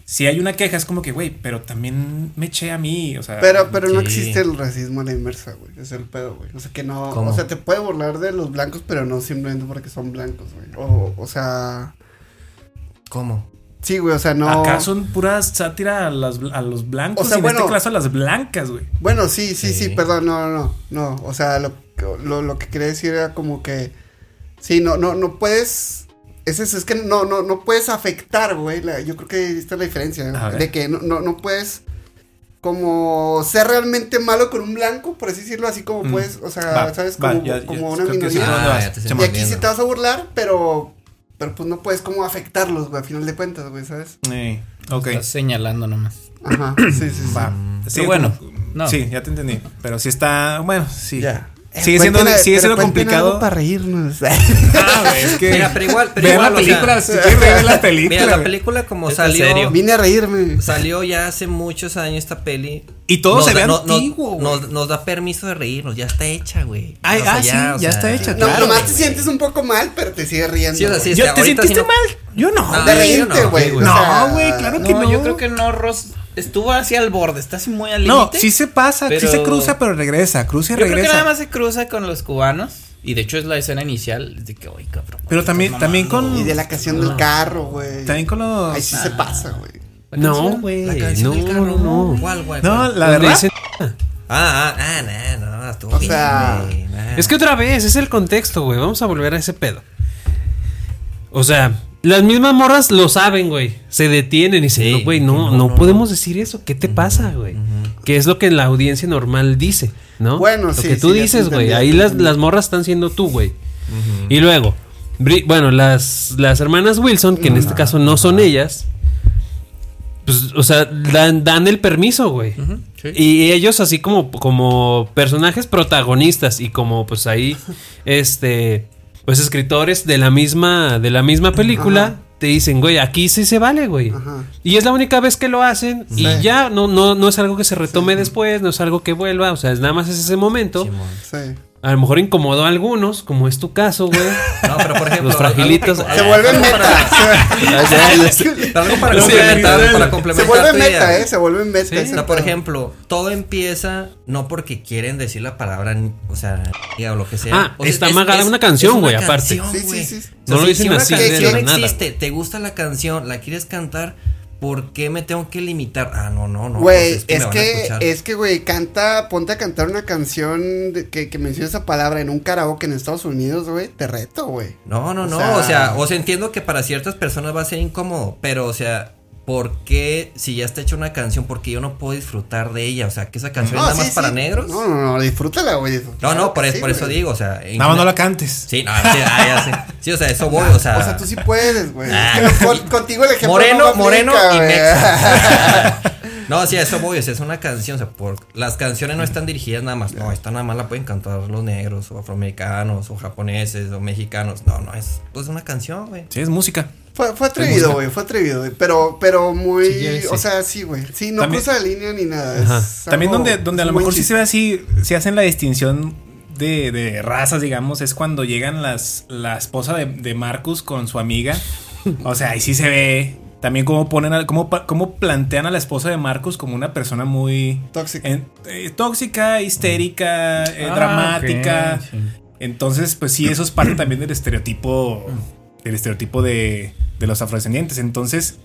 S2: Si hay una queja, es como que, güey, pero también me eché a mí. O sea,
S3: Pero, pero no
S4: Sí.
S3: existe el racismo a la inversa, güey. Es el pedo, güey. O sea, que no.
S4: ¿Cómo?
S3: O sea, te puede burlar de los blancos, pero no simplemente porque son blancos, güey. O, o sea.
S4: ¿Cómo?
S3: Sí, güey, o sea, no.
S2: Acá son puras sátira a, las- a los blancos.
S3: O sea,
S2: y en
S3: bueno-
S2: este caso a las blancas, güey.
S3: Bueno, sí, sí, sí,
S4: Sí.
S3: perdón, no, no, no. no, O sea, lo, lo, lo que quería decir era como que. Sí, no, no, no puedes. Es eso, es que no, no, no puedes afectar, güey. la- yo creo que esta es la diferencia.
S2: A ver.
S3: De que no, no, no puedes. Como ser realmente malo con un blanco, por así decirlo, así como
S2: Mm.
S3: puedes, o sea,
S2: Va,
S3: ah, ¿sabes?
S2: va,
S3: Como,
S2: ya- ya
S3: como una
S2: creo que sí,
S3: minoría.
S2: ¿no?
S4: Ah,
S2: No,
S4: ya te
S2: se
S4: estoy
S3: Y
S2: me-
S3: aquí sí
S4: Entiendo.
S3: te vas a burlar, pero. Pero pues no puedes como afectarlos, güey, a final de cuentas, güey, ¿sabes?
S2: Eh, ok.
S1: Estás señalando nomás.
S3: Ajá, sí, sí, sí.
S2: Va.
S1: Pero bueno,
S2: como-
S1: no.
S2: Sí, ya te entendí. Pero sí está. Bueno, sí.
S3: Ya.
S2: Sigue siendo, sigue siendo complicado.
S3: para reírnos.
S2: Ah, güey, es que.
S4: Mira, pero igual, pero
S2: Vean
S4: igual,
S2: la
S4: o sea,
S2: película. si quieren ver la película.
S4: Mira, la
S2: güey.
S4: película como
S1: Es en
S4: salió.
S1: serio.
S3: Vine a reírme.
S4: Salió ya hace muchos años esta peli.
S2: Y todo
S4: Nos
S2: se
S4: da-
S2: ve
S4: no- no-
S2: antiguo, güey.
S4: nos, nos da permiso de reírnos, ya está hecha, güey.
S2: Ay,
S4: O sea,
S2: ah, sí,
S4: o
S2: ya
S4: sea,
S2: está hecha,
S3: No,
S2: claro,
S3: nomás te
S4: güey.
S3: sientes un poco mal, pero te sigues riendo.
S4: Sí, o sea,
S3: güey.
S4: sí,
S2: ¿Yo
S4: este,
S2: te
S4: ahorita
S2: sentiste
S4: sí no-
S2: mal? Yo no.
S4: No,
S3: De
S4: yo
S3: reírte,
S4: no,
S3: güey.
S4: sí,
S3: o
S4: güey.
S3: sea,
S2: No, güey, claro que
S1: No,
S2: no.
S1: yo creo que no, Ross. Estuvo hacia el borde, está así muy al límite.
S2: No, sí se pasa, sí
S1: pero-
S2: se cruza, pero regresa, cruza y
S1: Yo creo que
S2: regresa.
S1: nada más se cruza con los cubanos. Y de hecho es la escena inicial de que, oye, cabrón.
S2: Pero también, también con.
S3: Y de la canción del carro, güey.
S2: También con los. ah.
S3: Ahí sí se pasa, güey.
S5: No, güey.
S4: La canción
S5: No,
S4: del carro,
S5: no.
S4: ¿Cuál, güey?
S2: No,
S4: ¿Cuál?
S2: la
S5: Donde
S2: verdad.
S5: dicen-
S4: Ah, ah, ah, nah, no, estuvo
S3: O
S4: bien,
S3: sea,
S4: güey, nah.
S5: Es que otra vez, es el contexto, güey. Vamos a volver a ese pedo. O sea, las mismas morras lo saben, güey. Se detienen y dicen,
S4: Sí,
S5: no, güey, no, no, podemos decir eso. ¿Qué te pasa, güey? Que es lo que la audiencia normal dice, ¿no?
S3: Bueno,
S5: lo
S3: sí,
S5: que
S3: sí,
S5: tú
S3: ya te
S5: dices, güey.
S3: entendí,
S5: Ahí
S3: ya te
S5: las,
S3: entendí.
S5: las morras están siendo tú, güey. Y luego, Bri- bueno, las, las hermanas Wilson, que en
S3: Ah,
S5: este caso no son ellas, pues, o sea, dan, dan el permiso, güey. Y ellos así como, como personajes protagonistas y como pues ahí, este, pues escritores de la misma, de la misma película,
S3: Ajá.
S5: te dicen, güey, aquí sí se vale, güey.
S3: Ajá.
S5: Y es la única vez que lo hacen
S3: Sí.
S5: y ya no, no, no es algo que se retome después, no es algo que vuelva, o sea, es nada más es ese momento.
S4: Simón.
S3: Sí.
S5: a lo mejor incomodó a algunos, como es tu caso, güey.
S4: No, pero por ejemplo.
S5: Los fragilitos.
S4: algo-
S3: Se vuelve
S4: algo
S3: meta.
S4: para- Algo para
S2: Los
S4: complementar.
S2: fragilitos.
S4: Para
S3: Se
S4: complementar
S3: vuelve
S4: tu
S3: meta,
S4: idea.
S3: eh. Se vuelve meta.
S5: Sí.
S3: ese
S4: O sea, por
S3: pedo.
S4: ejemplo, todo empieza no porque quieren decir la palabra, ni- o sea, ni- o lo que sea.
S5: Ah,
S4: O sea,
S5: está amagada una canción, güey, aparte.
S4: canción,
S3: Sí, sí,
S4: güey.
S3: sí.
S4: O sea,
S5: No lo
S4: si-
S5: dicen
S4: si una
S5: así
S3: de
S4: canción
S5: la nada.
S4: existe, te gusta la canción, la quieres cantar, ¿por qué me tengo que limitar? Ah, no, no, no.
S3: Güey,
S4: pues
S3: es
S4: me van a
S3: que,
S4: escuchar.
S3: es que, güey, canta, ponte a cantar una canción de- que, que menciona esa palabra en un karaoke en Estados Unidos, güey. Te reto, güey.
S4: No, no,
S3: O
S4: no,
S3: sea-
S4: o sea, o sea, entiendo que para ciertas personas va a ser incómodo, pero o sea, ¿por qué si ya está hecha una canción, porque yo no puedo disfrutar de ella? O sea, que esa canción
S3: No,
S4: es nada
S3: sí,
S4: más
S3: sí.
S4: para negros.
S3: No, no, no, disfrútala, güey.
S4: No, no, por,
S3: Claro
S4: es-
S3: que
S4: por
S3: sí,
S4: eso
S3: güey.
S4: digo, o sea, en
S2: Nada más no
S4: una-
S2: la cantes.
S4: Sí, no, sí, ah, ya sé. Sí, o sea, eso voy, o sea.
S3: O sea, tú sí puedes, güey.
S4: Ah.
S3: Es que con- contigo el ejemplo.
S4: moreno,
S3: no aplica,
S4: moreno y
S3: güey.
S4: mexa. no, sí, a eso voy, o sea, es una canción, o sea, por, las canciones no están dirigidas nada más, no, esta nada más la pueden cantar los negros, o afroamericanos, o japoneses, o mexicanos, no, no, es pues una canción, güey.
S2: Sí, es música.
S3: Fue, fue atrevido, güey, fue atrevido, güey. Pero, pero muy.
S5: Sí, ya, sí.
S3: O sea, sí, güey. Sí, no
S2: También-
S3: cruza la línea ni nada.
S5: Ajá.
S3: es
S2: También
S3: algo-
S2: donde, donde a lo
S3: muy
S2: mejor sí
S3: chis-
S2: se ve así, si hacen la distinción de, de razas, digamos, es cuando llegan las, la esposa de, de Marcus con su amiga. O sea, ahí sí se ve también cómo ponen, al- cómo, pa- cómo plantean a la esposa de Marcus como una persona muy
S3: Tóxica.
S2: en- eh, tóxica, histérica, eh,
S1: Ah,
S2: dramática.
S1: ok, sí.
S2: Entonces, pues sí, eso es parte también del estereotipo, del estereotipo de, de los afrodescendientes. Entonces,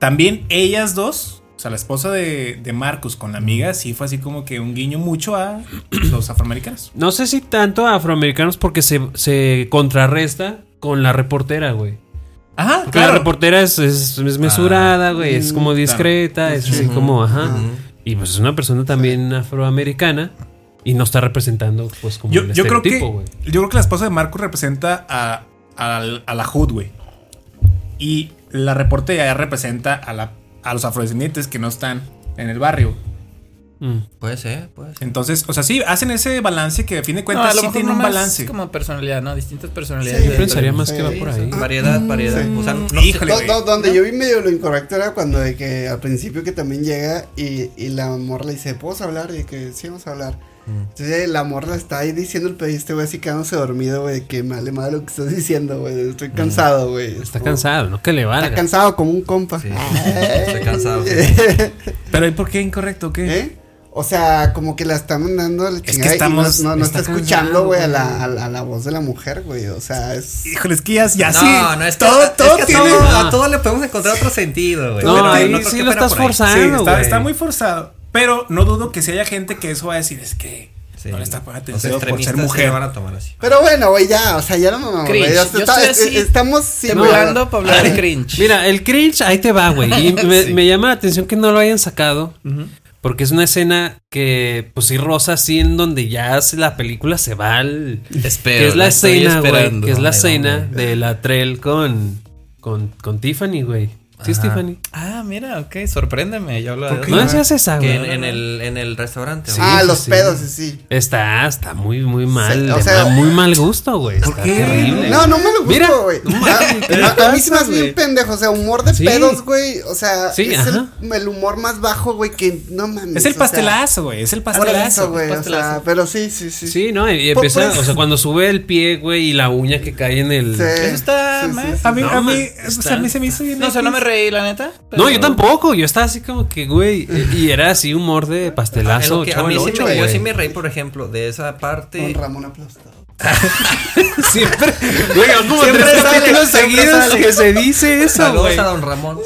S2: también ellas dos, o sea, la esposa de, de Marcus con la amiga, sí fue así como que un guiño mucho a los afroamericanos.
S5: No sé si tanto a afroamericanos porque se, se contrarresta con la reportera, güey.
S2: Ajá,
S5: Porque la reportera es, es- es mesurada, güey, es
S2: Mm,
S5: como discreta, es así como, ajá. Y pues es una persona también afroamericana y no está representando, pues, como
S2: Yo,
S5: el
S2: yo creo que,
S5: estereotipo, güey.
S2: yo creo que la esposa de Marcus representa a, a, a la Hood, güey. Y la reportera representa a, la, a los afrodescendientes que no están en el barrio.
S5: Mm.
S4: Puede ser, puede ser.
S2: Entonces, o sea, sí, hacen ese balance que a fin
S1: No,
S2: de
S1: a
S2: cuentas
S1: lo
S2: sí
S1: mejor
S2: tienen un
S1: nomás
S2: balance.
S1: Como personalidad, ¿no? Distintas personalidades.
S3: Sí,
S1: de-
S5: Yo pensaría más
S3: Sí,
S5: que va
S3: sí,
S5: por ahí.
S4: Variedad,
S3: Mm.
S4: variedad. O sea, no
S2: Híjole.
S3: Do-
S2: güey.
S3: do- donde yo vi medio lo incorrecto era cuando de que al principio que también llega y, y la morra le dice, ¿podemos hablar? Y que sí, vamos a hablar.
S5: Mm.
S3: Entonces la morra está ahí diciendo el pedo y este güey así quedándose dormido, güey. Que me vale madre lo que estás diciendo, güey. Estoy cansado, güey.
S5: Mm. Está cansado, no que le valga.
S3: Está cansado como un compa. Ah.
S4: Sí, estoy cansado.
S2: Pero ¿y por qué incorrecto? ¿Qué?
S3: ¿Eh? O sea, como que la está mandando a la chingada. y
S2: estamos-
S3: no, no, no
S2: está
S3: está, escuchando, güey, a la, a, la- a la voz de la mujer, güey. O sea, es.
S2: Híjole, es que ya, ya
S4: no,
S2: sí.
S4: no, es que,
S2: todo, todo
S4: es que
S2: tiene.
S4: todo- a todo le podemos encontrar otro sentido, güey.
S5: No,
S4: Pero
S5: ahí
S4: creo
S5: sí
S4: que
S5: lo
S4: fuera
S5: estás
S4: por ahí.
S5: forzando.
S2: Sí,
S5: Claro,
S2: está,
S5: güey.
S2: está muy forzado. Pero no dudo que si haya gente que eso va a decir, es que
S4: Sí.
S2: no le está poniendo
S4: Los
S2: atención por
S4: extremistas
S2: ser
S4: sí
S2: mujer.
S4: lo van a tomar así.
S3: Pero bueno, güey, ya, o sea, ya no mamamos,
S1: Cringe.
S3: güey. ya está-
S1: Yo estoy
S3: está- eh,
S1: así,
S3: estamos Ah, sin
S1: Temblando para hablar de cringe.
S5: Mira, el cringe, ahí te va, güey. Y me, me llama la atención que no lo hayan sacado. Porque es una escena que, pues sí, rosa así en donde ya se- la película se va al.
S1: Espero.
S5: que es la
S1: estoy
S5: escena, güey.
S1: esperando.
S5: Que es la
S4: Ahí va,
S5: escena de la trail con, con, con Tiffany, güey. ¿Sí es
S4: Ajá.
S5: Tiffany?
S1: Ah, mira, ok, sorpréndeme. Yo hablo de
S5: No
S1: otra.
S5: decías esa,
S4: Que
S5: güey.
S4: en, en el, en el restaurante.
S5: Sí.
S4: güey.
S3: Ah, los
S5: sí.
S3: pedos, sí, sí.
S5: Está, está muy, muy mal.
S3: Sí, o
S5: de
S3: sea-
S5: ma- muy mal gusto, güey. Está terrible.
S3: No, no me lo
S5: Mira.
S3: gusto, güey. Ah, A, a- a mí se me hace bien pendejo, o sea, humor de
S5: Sí.
S3: pedos, güey. O sea,
S5: Sí,
S3: es el,
S5: ajá.
S3: el humor más bajo, güey, que no mames.
S2: Es el
S3: o sea,
S2: pastelazo, güey. Es el
S3: por
S2: pastelazo.
S3: eso, güey, o sea, pero sí, sí, sí.
S5: Sí, no, y, y
S3: Por-
S5: empieza,
S3: por-
S5: o sea, cuando sube el pie, güey, y la uña que cae en el.
S3: Sí,
S1: Eso está
S3: sí, sí,
S1: mal.
S3: sí.
S2: A mí,
S5: No,
S2: a mí,
S5: man,
S2: o sea,
S5: está-
S2: a mí se me hizo bien.
S1: No, o sea, no me
S2: X.
S1: reí, la neta.
S5: No,
S1: pero-
S5: yo tampoco. Yo estaba así como que, güey. y- Y era así humor de
S4: Ah, es
S5: pastelazo.
S4: lo que a
S5: chavo
S4: mí
S5: el
S4: sí
S5: ocho,
S4: me, yo
S5: güey.
S4: sí me reí, por ejemplo, de esa parte.
S3: Don Ramón aplastado.
S5: Siempre. Güey, son como
S4: Siempre
S5: tres
S4: sale,
S5: capítulos
S4: siempre
S5: seguidos
S4: sale.
S5: que se dice eso,
S4: Saludos
S5: güey.
S4: a Don Ramón.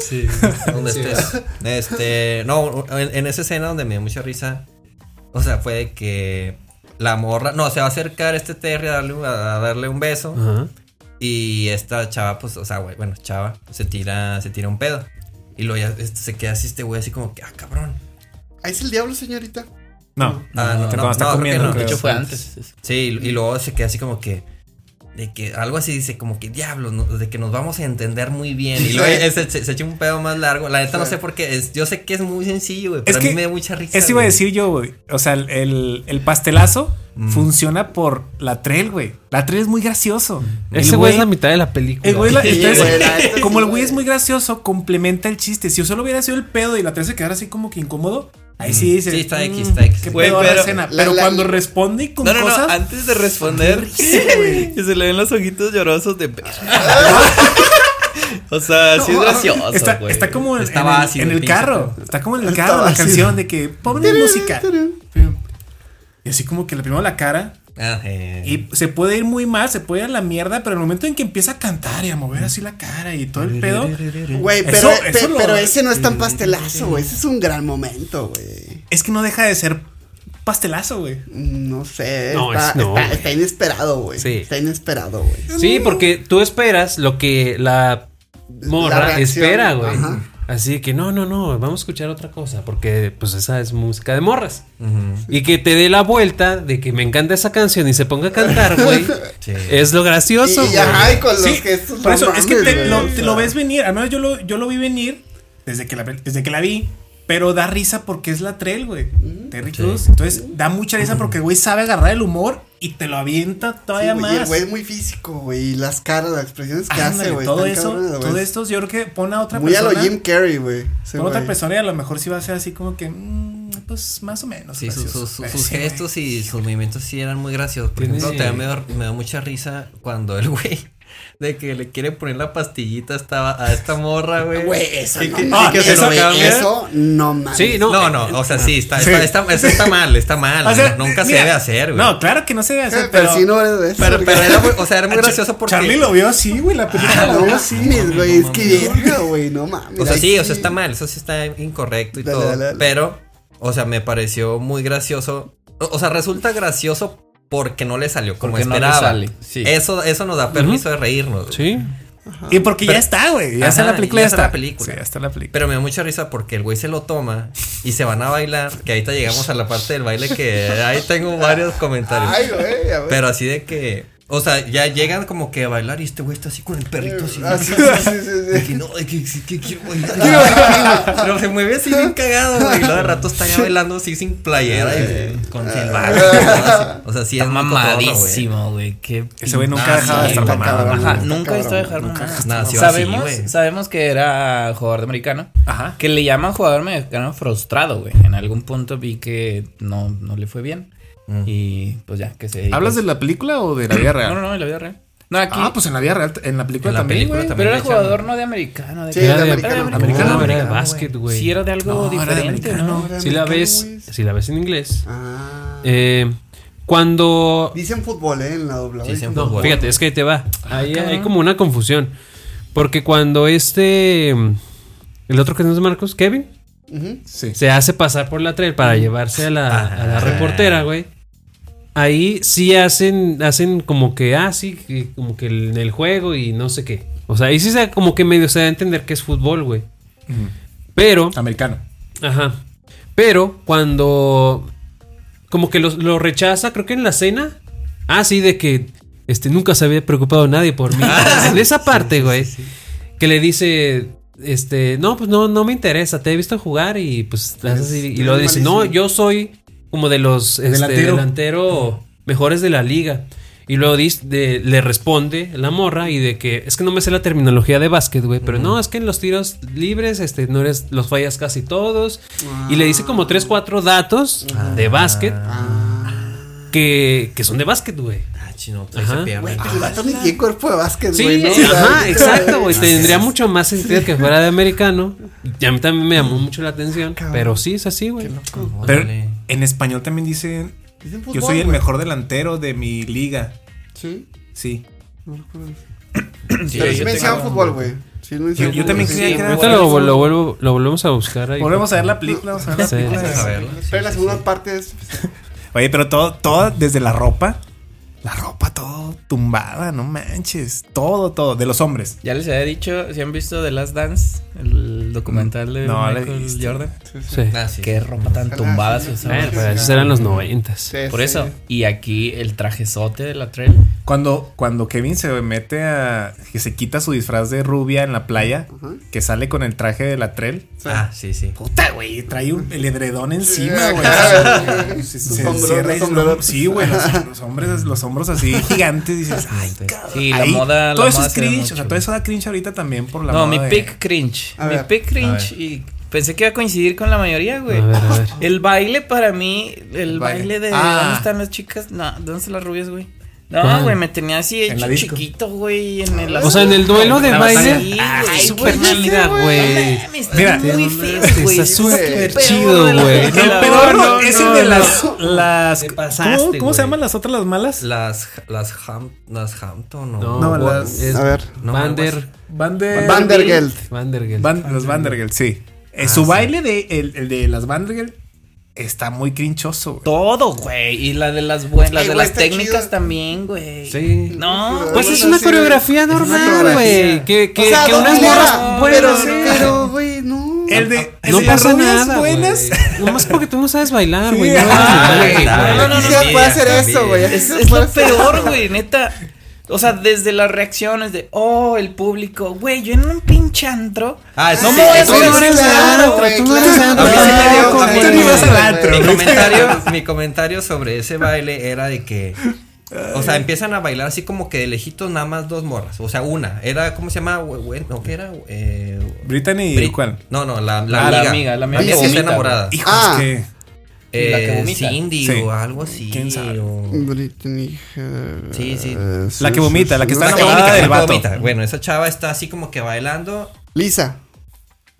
S4: Donde estés. Este, no, en, en esa escena donde me dio mucha risa. O sea, fue de que la morra. No, se va a acercar este Terry a darle, un- a darle un beso.
S5: Ajá.
S4: Y esta chava, pues, o sea, güey, bueno, chava, se tira, se tira un pedo. Y luego ya este, se queda así este güey, así como que, ah, cabrón.
S3: Ahí es el diablo, señorita.
S2: No.
S4: Ah, no,
S2: que
S4: no,
S2: cuando está
S4: no, creo que
S2: comiendo,
S4: no.
S1: De
S2: creo.
S1: hecho, fue antes.
S4: Sí, y, y luego se queda así como que. De que algo así dice, como que diablos, no- de que nos vamos a entender muy bien. Y luego
S3: Sí.
S4: eh, se, se- se echa un pedo más largo. La neta no
S3: Sí.
S4: sé por qué. es- yo sé que es muy sencillo, güey.
S2: Es
S4: Pero a
S2: que-
S4: mí me da mucha risa.
S2: Eso iba a
S4: güey.
S2: decir yo, güey. O sea, el- el, el pastelazo
S4: Mm.
S2: funciona por la trail, güey. La trail es muy
S4: Mm.
S2: gracioso. El
S5: Ese güey es la mitad de la película.
S2: el Eh, güey la-
S3: Sí,
S2: entonces,
S3: güey, la neta
S2: como
S3: sí,
S2: el güey
S3: güey.
S2: es muy gracioso, complementa el chiste. Si solo hubiera sido el pedo y la trail se quedara así como que incómodo, ahí sí dice.
S4: Mm,
S2: "Mm,
S4: Sí, está X, está X.
S2: Qué
S1: Güey,
S2: pedo a la
S1: pero-
S2: escena.
S3: la-
S2: pero
S3: la-
S2: cuando responde y con
S1: No, no, no,
S2: cosas.
S1: antes de responder, que se le ven los ojitos llorosos de... o sea, sí es
S2: No,
S1: gracioso,
S2: Está,
S1: güey.
S2: está como en,
S4: Estaba
S2: en el-
S4: ácido
S2: en
S4: el
S2: el
S4: pinche
S2: carro. Está como en el
S3: Estaba
S2: carro la
S3: ácido.
S2: canción de que pobre música. Y así como que le primero la cara.
S4: Ah, eh.
S2: Y se puede ir muy mal, se puede ir a la mierda, pero en el momento en que empieza a cantar y a mover así la cara y todo el pedo.
S3: Güey,
S2: Eso-
S3: pero,
S2: eso
S3: pe-
S2: lo-
S3: pero ese no es tan pastelazo, güey. Ese es un gran momento, güey.
S2: Es que no deja de ser pastelazo, güey.
S3: No sé.
S5: No,
S3: está,
S5: es- no,
S3: está-
S5: güey.
S3: está inesperado, güey.
S5: Sí.
S3: Está inesperado, güey.
S5: Sí, porque tú esperas lo que la morra
S3: La reacción,
S5: espera, güey.
S3: ajá.
S5: Así que no, no, no, vamos a escuchar otra cosa, porque pues esa es música de morras.
S4: Ujú.
S5: Y que te dé la vuelta de que me encanta esa canción y se ponga a cantar, güey.
S4: Sí.
S5: Es lo gracioso,
S3: Y, y
S5: güey.
S3: ajá, y con los
S2: Sí,
S3: gestos.
S2: por
S3: pues, no
S2: eso es que
S3: mames,
S2: te,
S3: güey,
S2: lo,
S3: o
S2: te
S3: sea.
S2: lo ves venir. Al menos yo lo, yo lo vi venir desde que, la, ve- desde que la vi. Pero da risa porque es la trail, güey. Terry Crews. Entonces da mucha risa porque el güey sabe agarrar el humor y te lo avienta
S3: Sí,
S2: todavía
S3: güey, y el
S2: más.
S3: güey es muy físico, güey. Y las caras, las expresiones que
S2: Ándale,
S3: hace, güey.
S2: todo
S3: están
S2: eso,
S3: cabronas, güey.
S2: todo esto yo creo que pone a otra
S3: Muy a
S2: persona.
S3: lo Jim Carrey, güey. Sí,
S2: pone a otra
S3: güey.
S2: persona y a lo mejor sí va a ser así como que, mm, pues más o menos.
S4: Sí, sus,
S2: gracioso.
S4: sus- sus- sus
S2: Sí, güey.
S4: gestos y sus movimientos sí eran muy graciosos. Por
S5: Tiene-
S4: ejemplo, también me da, me da mucha risa cuando el güey de que le quiere poner la pastillita a esta, a esta morra, güey.
S3: Güey, eso
S4: Y
S3: no
S4: que-
S3: mames,
S4: y que se
S3: güey,
S4: lo cambia.
S3: Eso no mames.
S5: Sí, no.
S4: No, no, o sea, sí, está, está, está, eso está mal, está mal.
S2: O sea,
S4: no, nunca
S2: mira,
S4: se debe hacer, güey.
S2: No, claro que no se debe
S3: Eh,
S2: hacer,
S3: Pero,
S2: pero.
S3: sí no eres de eso.
S4: pero, pero
S3: güey.
S4: era muy, o sea, era muy gracioso porque.
S2: Charlie lo vio así, güey, la película.
S3: Ah,
S2: la vio
S3: No
S2: así.
S3: mames, güey.
S4: no
S3: Es que
S4: mames.
S3: verga, güey. No mames.
S4: O sea,
S3: ahí
S4: sí, o sea, está mal, eso sí está incorrecto y
S3: Dale,
S4: todo.
S3: dale, dale.
S4: Pero, o sea, me pareció muy gracioso. O, o sea, resulta gracioso porque no le salió como
S1: Porque no le
S4: esperaba.
S1: sale, sí.
S4: Eso, eso nos da permiso de reírnos. güey.
S5: Sí.
S2: Y porque ya está, güey. Ya está
S4: Ajá,
S2: la película.
S4: ya
S2: Ya
S4: está
S2: está
S4: la película.
S2: Sí, ya está la película.
S4: Pero me da mucha risa porque el güey se lo toma y se van a bailar. Que ahorita llegamos a la parte del baile que ahí tengo varios comentarios.
S3: Ay, güey. a ver.
S4: Pero así de que. O sea, ya llegan como que a bailar y este güey está así con el perrito así.
S3: Ah, sí, sí, sí, sí,
S4: De
S3: sí.
S4: que no, de que, que- que quiero bailar. Pero se mueve así bien cagado, güey. Y luego de rato está ya bailando así sin playera y con silbato. y todo así. O sea, sí es
S1: Está
S4: muy cotorro, güey.
S1: mamadísimo, güey. Qué
S2: Ese güey nunca
S1: pintazo,
S2: dejaba de
S1: güey.
S2: estar
S3: está
S2: mamado.
S3: cabrón,
S1: Ajá,
S3: está
S1: nunca
S3: cabrón,
S1: está de dejar
S2: nunca
S1: mamado.
S2: está
S4: Nació así,
S1: sabemos,
S4: güey.
S1: sabemos que era jugador de americano.
S2: Ajá.
S1: Que le llaman jugador mexicano frustrado, güey. En algún punto vi que no, no le fue bien. Y pues ya, que se dedique.
S2: ¿Hablas de la película o de la vida real?
S1: No, no, no, en la vida real. No, aquí.
S2: Ah, pues en la vida real, en la película
S4: En la
S2: también,
S4: película
S2: güey.
S4: también.
S1: pero era
S4: le echan-
S1: jugador no de americano. De
S3: Sí,
S1: que-
S3: era
S1: Ah,
S3: de
S1: americano.
S3: americano.
S5: Americano,
S1: Ah,
S5: era de
S1: güey.
S5: básquet, güey.
S1: Sí, era de algo
S2: No, era de
S1: diferente,
S2: americano,
S1: ¿no?
S3: era
S5: Si la
S3: americano,
S5: ves,
S3: güey.
S5: si la ves en inglés.
S3: Ah.
S5: Eh, cuando
S3: Dicen fútbol, ¿eh? En la doble.
S4: Sí, dicen
S5: No,
S4: fútbol.
S5: fíjate, es que ahí te va. Ahí
S1: cabrón.
S5: hay como una confusión. Porque cuando este. mm, El otro que no es Marcos, Kevin,
S2: Sí.
S5: se hace pasar por la trail para llevarse a la, a la reportera, güey. Ahí sí hacen, hacen como que, ah, sí, que- como que el- en el juego y no sé qué. O sea, ahí sí se, como que medio se da a entender que es fútbol, güey. Pero.
S2: Americano.
S5: Ajá. Pero cuando. Como que los- lo, rechaza, creo que en la cena. Ah, sí, de que. Este, nunca se había preocupado nadie por mí. en esa parte, güey. Que le dice. Este, no, pues no, no me interesa. Te he visto jugar y pues te haces así. Y
S3: Es
S5: lo dice, no,
S3: malísimo.
S5: yo soy como de los este,
S2: Delantero.
S5: delantero. mejores de la liga. Y luego dis- de- le responde la morra y de que es que no me sé la terminología de básquet, güey, pero no, es que en los tiros libres este no eres los fallas casi todos y le dice como 3 4 datos de básquet
S3: Ah.
S5: que, que son de básquet, güey.
S4: Ah, chino, pues ahí
S5: Ajá.
S4: se pierde.
S3: Güey, ah, pero Este el vato ni tiene cuerpo de básquet,
S5: Sí,
S3: güey. ¿no? O sea,
S5: ajá,
S3: ahorita-
S5: exacto, güey. Tendría mucho más sentido que fuera de americano. Y a mí también me llamó mucho la atención,
S3: Cabrón.
S5: pero sí es así, güey.
S2: Pero
S4: Órale.
S2: en español también dicen,
S3: Dicen
S2: yo
S3: fútbol,
S2: soy el
S3: güey.
S2: mejor delantero de mi liga.
S3: Sí.
S2: Sí.
S3: no me acuerdo.
S4: Sí,
S3: Pero sí
S4: yo
S3: me
S4: tengo-
S3: decían fútbol, güey. Sí, me decían
S2: Yo- yo
S3: fútbol,
S2: también
S3: sí.
S2: creía que era-
S5: Ahorita lo, lo vuelvo, lo volvemos a buscar ahí.
S2: Volvemos a ver la película, vamos a ver la
S5: Sí.
S2: película.
S4: Vamos a verlo.
S3: Pero la segunda parte es. pues,
S2: Oye, pero todo, todo, desde la ropa, la ropa todo tumbada, no manches. Todo, todo, de los hombres.
S1: Ya les había dicho, si han visto The Last Dance, el documental de
S2: No, la he
S1: Michael
S2: visto.
S1: Jordan.
S5: Sí.
S4: Ah, sí.
S1: Qué ropa tan tumbada se usaba.
S5: Bueno, pues, pero esos eran los noventas.
S3: Sí,
S1: Por
S3: sí.
S1: eso. Y aquí el trajezote de la trail.
S2: Cuando, cuando Kevin se mete a. que se quita su disfraz de rubia en la playa,
S3: Ajá.
S2: que sale con el traje de la trel.
S4: Ah, sí, sí.
S2: Puta, güey, trae un, el edredón encima,
S3: Sí,
S2: güey.
S3: ajá.
S2: Se- se-
S3: Su
S2: se
S3: sombrero,
S2: encierra y
S3: su
S2: no-
S3: sombrero.
S2: Sí, güey, los, los hombres, los hombros así gigantes, dices, ay, cabrón.
S1: Sí, la
S2: Ahí,
S1: moda- la
S2: Todo eso
S1: moda
S2: es
S1: se da
S2: cringe,
S1: mucho,
S2: o sea, todo
S1: güey.
S2: eso da cringe ahorita también por la
S1: No, mi
S2: moda de-
S1: pick cringe.
S3: A
S1: mi
S3: ver.
S1: pick cringe.
S4: A
S1: Y pensé que iba a coincidir con la mayoría, güey.
S5: A ver, a ver.
S1: El baile para mí, el,
S2: baile.
S1: baile. de
S2: Ah.
S1: ¿dónde están las chicas? No, ¿dónde están las rubias, güey? No,
S5: ¿Cuál?
S1: güey, me tenía así
S2: En la
S1: hecho
S2: disco.
S1: chiquito, güey, en el
S5: O sea, en el duelo de
S1: La batalla.
S5: baile.
S1: Sí,
S5: Ah,
S1: güey,
S5: súper
S1: güey,
S5: chida,
S1: no
S5: güey.
S1: mames,
S2: Mira.
S1: están muy feos,
S5: Está
S1: güey.
S5: súper
S1: peor
S5: chido,
S1: de la-
S5: güey.
S1: de
S2: El
S1: la-
S2: peor
S5: no, no,
S2: es el
S5: no,
S2: de
S5: no.
S2: las. las
S5: Te pasaste,
S2: ¿Cómo, cómo se
S5: güey.
S2: llaman las otras las malas?
S4: Las, las, Ham, las Hampton, ¿no?
S5: No,
S2: No,
S5: Wa-
S2: las-
S5: es
S3: A ver.
S4: No,
S5: Vander,
S2: Vander.
S3: Vandergeld.
S5: Vandergeld.
S2: Van- los Vandergeld, sí. Eh, su baile de el, el de las Vandergeld está muy crinchoso, güey.
S1: Todo, güey. Y la de las buenas, las
S3: Ay,
S1: de
S3: güey,
S1: las
S3: está
S1: técnicas
S3: chido.
S1: también, güey.
S5: Sí.
S1: No,
S5: Pues
S1: güey.
S5: es una
S3: Sí,
S5: coreografía
S3: es una
S5: normal,
S3: coreografía.
S5: güey. Que, que,
S3: O sea,
S5: que unas
S3: doble A,
S5: morras pueden
S3: Pero,
S5: hacer.
S3: pero, güey, no.
S2: El de. el
S5: No
S2: de las
S5: pasa
S2: rubias
S5: nada.
S2: buenas.
S5: güey. Nomás porque tú no sabes bailar, güey.
S2: Sí,
S5: no,
S1: ah, güey,
S5: vale, güey.
S1: no, no, no,
S3: Aquí
S1: no,
S3: se puede
S4: mira,
S3: hacer eso, güey. aquí
S1: Es,
S3: se
S1: es
S3: puede
S1: lo
S3: hacer-
S1: peor, güey, neta. O sea, desde las reacciones de, oh, el público, güey, yo en un pinche antro.
S4: Ah, eso
S1: no
S4: sí,
S1: me voy a
S4: eso
S1: subir
S4: sí.
S1: a un
S5: eres
S1: escenario,
S5: raro,
S1: güey.
S5: güey, tú no eres
S4: A mí sí me dio- a mí sí me dio mi
S3: Pero-
S4: comentario, mi comentario sobre ese baile era de que. O sea, empiezan a bailar así como que de lejitos nada más dos morras. O sea, una. Era, ¿cómo se llama? We- we- No, ¿qué era? Eh,
S2: Brittany,
S4: Bri-
S2: ¿cuál?
S4: No, no, la,
S1: Ah,
S4: la
S1: la
S4: amiga.
S1: amiga, la amiga
S4: que
S1: que
S4: está
S1: vomita.
S4: enamorada.
S2: Hijo, es
S3: Ah.
S2: que.
S1: Y la que
S4: Eh,
S1: vomita.
S4: Cindy
S2: Sí.
S4: o algo así.
S2: ¿Quién sabe?
S4: o-
S3: Britney. eh,
S4: Sí, sí.
S2: La que vomita, la que está
S4: La que
S2: enamorada
S4: vomita,
S2: del
S4: la que
S2: vato.
S4: vomita. Bueno, esa chava está así como que bailando.
S3: Lisa.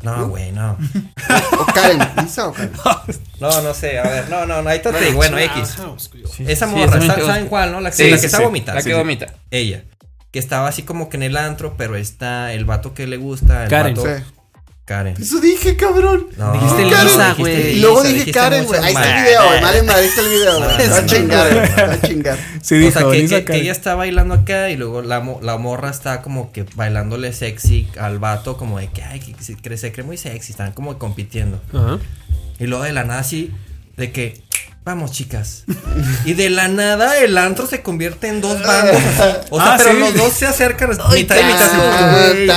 S4: No, güey, no.
S3: O Karen. Lisa o Karen.
S4: No, no sé. A ver, no, no, no. Ahí está. Bueno, X. Esa
S1: Sí,
S4: morra,
S1: también
S4: ¿sa-
S1: te
S4: ¿saben
S1: busco.
S4: cuál, no? La que,
S1: Sí,
S4: la
S1: sí,
S4: que está
S1: sí.
S4: vomitando.
S1: La que
S4: Sí, sí.
S1: vomita.
S4: Ella. Que estaba así como que en el antro, pero está el vato que le gusta. El
S5: Karen.
S4: vato-
S3: Sí.
S4: Karen.
S3: Eso dije, cabrón.
S4: No,
S5: Dijiste
S4: Karen,
S5: Lisa,
S4: dijiste
S5: güey.
S4: Lisa,
S3: Y luego dije
S4: dijiste
S3: Karen,
S4: mucho
S3: güey. Ahí está el
S4: mal.
S3: video, güey. Madre, madre, ahí está el video, güey. Está a
S4: Sí,
S3: chingar,
S4: no,
S3: güey.
S4: no.
S3: Está a chingar.
S2: Sí,
S4: o sea,
S2: dijo,
S4: que,
S2: Lisa
S4: que- que
S2: Karen.
S4: ella está bailando acá y luego la, mo- la morra está como que bailándole sexy al vato, como de que, ay, que se cree, se cree muy sexy, están como compitiendo.
S5: Ajá.
S4: Y luego de la nada así, de que, vamos chicas. Y de la nada el antro se convierte en dos bandos. así. O sea,
S2: Ah,
S4: pero
S2: sí.
S4: los dos se acercan mitad y mitad. así como, güey.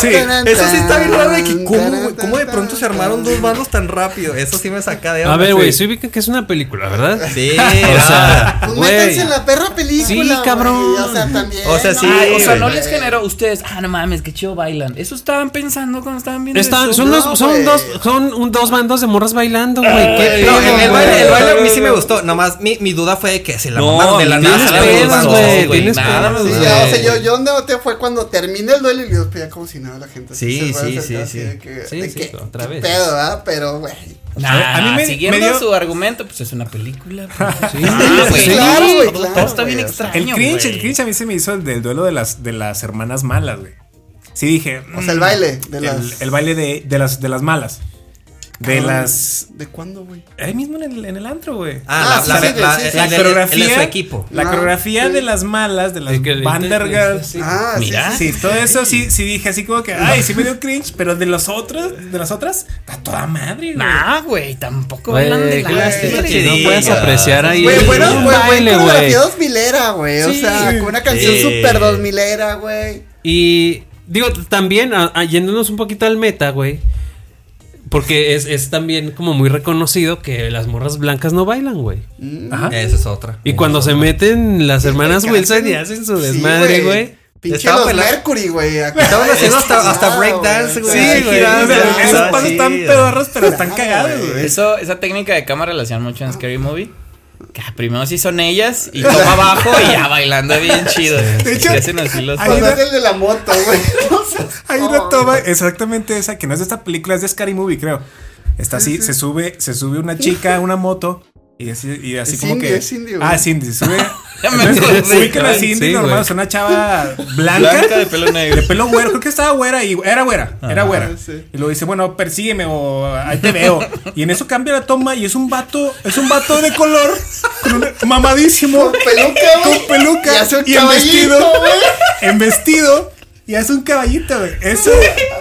S2: Sí,
S4: Eso sí está bien raro de que cómo, güey, cómo de pronto se armaron dos bandos tan rápido. Eso sí me saca de
S5: A
S4: onda.
S5: ver, güey, se ubica que es una película, ¿verdad?
S4: Sí, ah.
S5: O sea,
S3: Pues
S5: güey.
S3: métanse en la perra película.
S5: Sí,
S3: güey.
S5: cabrón.
S3: O sea, también.
S4: O sea, sí,
S1: Ah, o sea, no
S4: güey.
S1: les generó a ustedes. Ah, no mames, qué chido bailan. Eso estaban pensando cuando estaban viendo.
S5: Están-
S1: eso.
S5: son,
S3: No,
S5: dos, son,
S3: güey.
S5: dos, son un- dos bandos de morras bailando, güey. ¿Qué
S3: No,
S5: pedo,
S4: Ah, en el
S5: güey?
S4: baile, el baile
S3: güey.
S4: mí sí me gustó. Nomás mi, mi duda fue de que se la
S5: No,
S4: mamaron de la
S5: tienes
S4: nada.
S5: pedos,
S4: los vatos,
S5: güey,
S4: güey,
S5: tienes
S4: nada,
S5: pedos,
S4: me
S3: Sí,
S5: güey.
S4: gustó.
S3: ya, o sea, yo, yo no te fue cuando terminé el duelo y yo pedía como si nada la gente. se
S4: Sí,
S3: fue a
S4: sí,
S3: acercar
S4: sí,
S3: así
S4: sí.
S3: de que-
S5: Sí,
S3: de
S5: sí,
S3: que-
S5: otra
S3: qué
S5: vez.
S3: Pedo, ¿verdad? Pero, güey.
S1: Nah,
S2: a mí me-
S1: siguiendo
S2: me dio-
S1: su argumento, pues es una película. pues.
S3: Ah,
S1: güey,
S3: claro,
S1: todo-
S3: güey,
S1: todo
S3: claro,
S1: está bien
S3: güey, o sea,
S1: extraño.
S2: El cringe,
S1: güey.
S2: el cringe a mí se me hizo el del duelo de las, de las hermanas malas, güey. Sí dije.
S3: O sea, el
S2: mm,
S3: baile de
S2: el,
S3: las-
S2: el baile de, de las, de las malas. De
S3: Cabrón,
S2: las.
S3: ¿De cuándo, güey?
S2: Ahí mismo en el, en el antro, güey.
S4: Ah,
S3: Ah,
S4: la,
S3: sí,
S4: la,
S3: sí,
S4: la,
S3: sí, sí.
S4: la-
S2: la
S4: el- el-
S2: coreografía.
S4: el de su equipo.
S2: La
S3: Ah,
S2: coreografía
S3: sí.
S2: de las malas, de las
S5: Es que el-
S2: Vandergirls.
S5: Sí.
S3: Ah,
S1: Mira.
S2: Sí, todo eso sí, sí dije así como que, ay, sí me dio cringe, pero de las otras, de las otras, a toda madre, güey.
S1: Nah, güey, tampoco
S5: Güey,
S1: hablan de la
S5: qué lástima
S1: madre.
S5: que no
S4: Sí,
S5: puedes
S4: ya.
S5: apreciar ahí.
S3: Güey, bueno,
S5: un
S3: güey, güey,
S5: baile,
S3: coreografía dos milera, güey. O
S5: Sí.
S3: sea, con una canción
S4: Sí.
S3: super dos milera, güey.
S5: Y digo, también, a- a- yéndonos un poquito al meta, güey. Porque es, es también como muy reconocido que las morras blancas no bailan, güey.
S2: Ajá.
S4: Esa es otra.
S5: Y cuando se meten las hermanas
S3: Acá
S5: Wilson y
S3: hacen-
S5: hacen su
S3: Sí,
S5: desmadre, güey.
S3: Pinche
S4: Estaba
S3: los
S4: pelado.
S3: Mercury, güey. acá.
S4: Estaban haciendo hasta, hasta
S3: Claro,
S4: breakdance, güey.
S2: Sí,
S4: así
S2: güey.
S4: girando.
S2: o sea,
S3: sí,
S2: esos
S3: sí,
S2: pasos están
S4: Sí,
S2: pedorros, pero están cagados,
S3: Pues,
S2: güey.
S1: Eso, esa técnica de cámara la hacían mucho en Scary Movie. Que ah, primero sí son ellas y toma abajo y ya bailando bien chido.
S2: De hecho,
S1: Y hacen así los
S2: hay
S3: Pues
S2: una-
S3: es el de la moto, güey. O sea,
S2: Hay
S3: Oh.
S2: una toma exactamente esa que no es de esta película, es de Scary Movie, creo. Está así, se sube, se sube una chica a una moto y así, y así
S3: Es
S2: como
S3: Cindy,
S2: que.
S3: es Cindy, güey.
S2: ah, Cindy, se sube.
S1: Ya me
S2: Entonces,
S1: acordé.
S2: Ubican a
S1: Sí,
S2: Cindy
S5: güey.
S2: normal, es una chava blanca.
S1: Blanca de pelo negro.
S2: De pelo güero, creo que estaba güera y era güera, era güera.
S3: Ah, sí.
S2: Y luego dice, bueno, persígueme o ahí te veo. Y en eso cambia la toma y es un vato, es un vato de color, con un- mamadísimo.
S3: Con peluca, güey.
S2: Con peluca
S3: Y hace un
S2: y en
S3: caballito,
S2: vestido.
S3: güey.
S2: en vestido y hace un caballito, güey. Eso,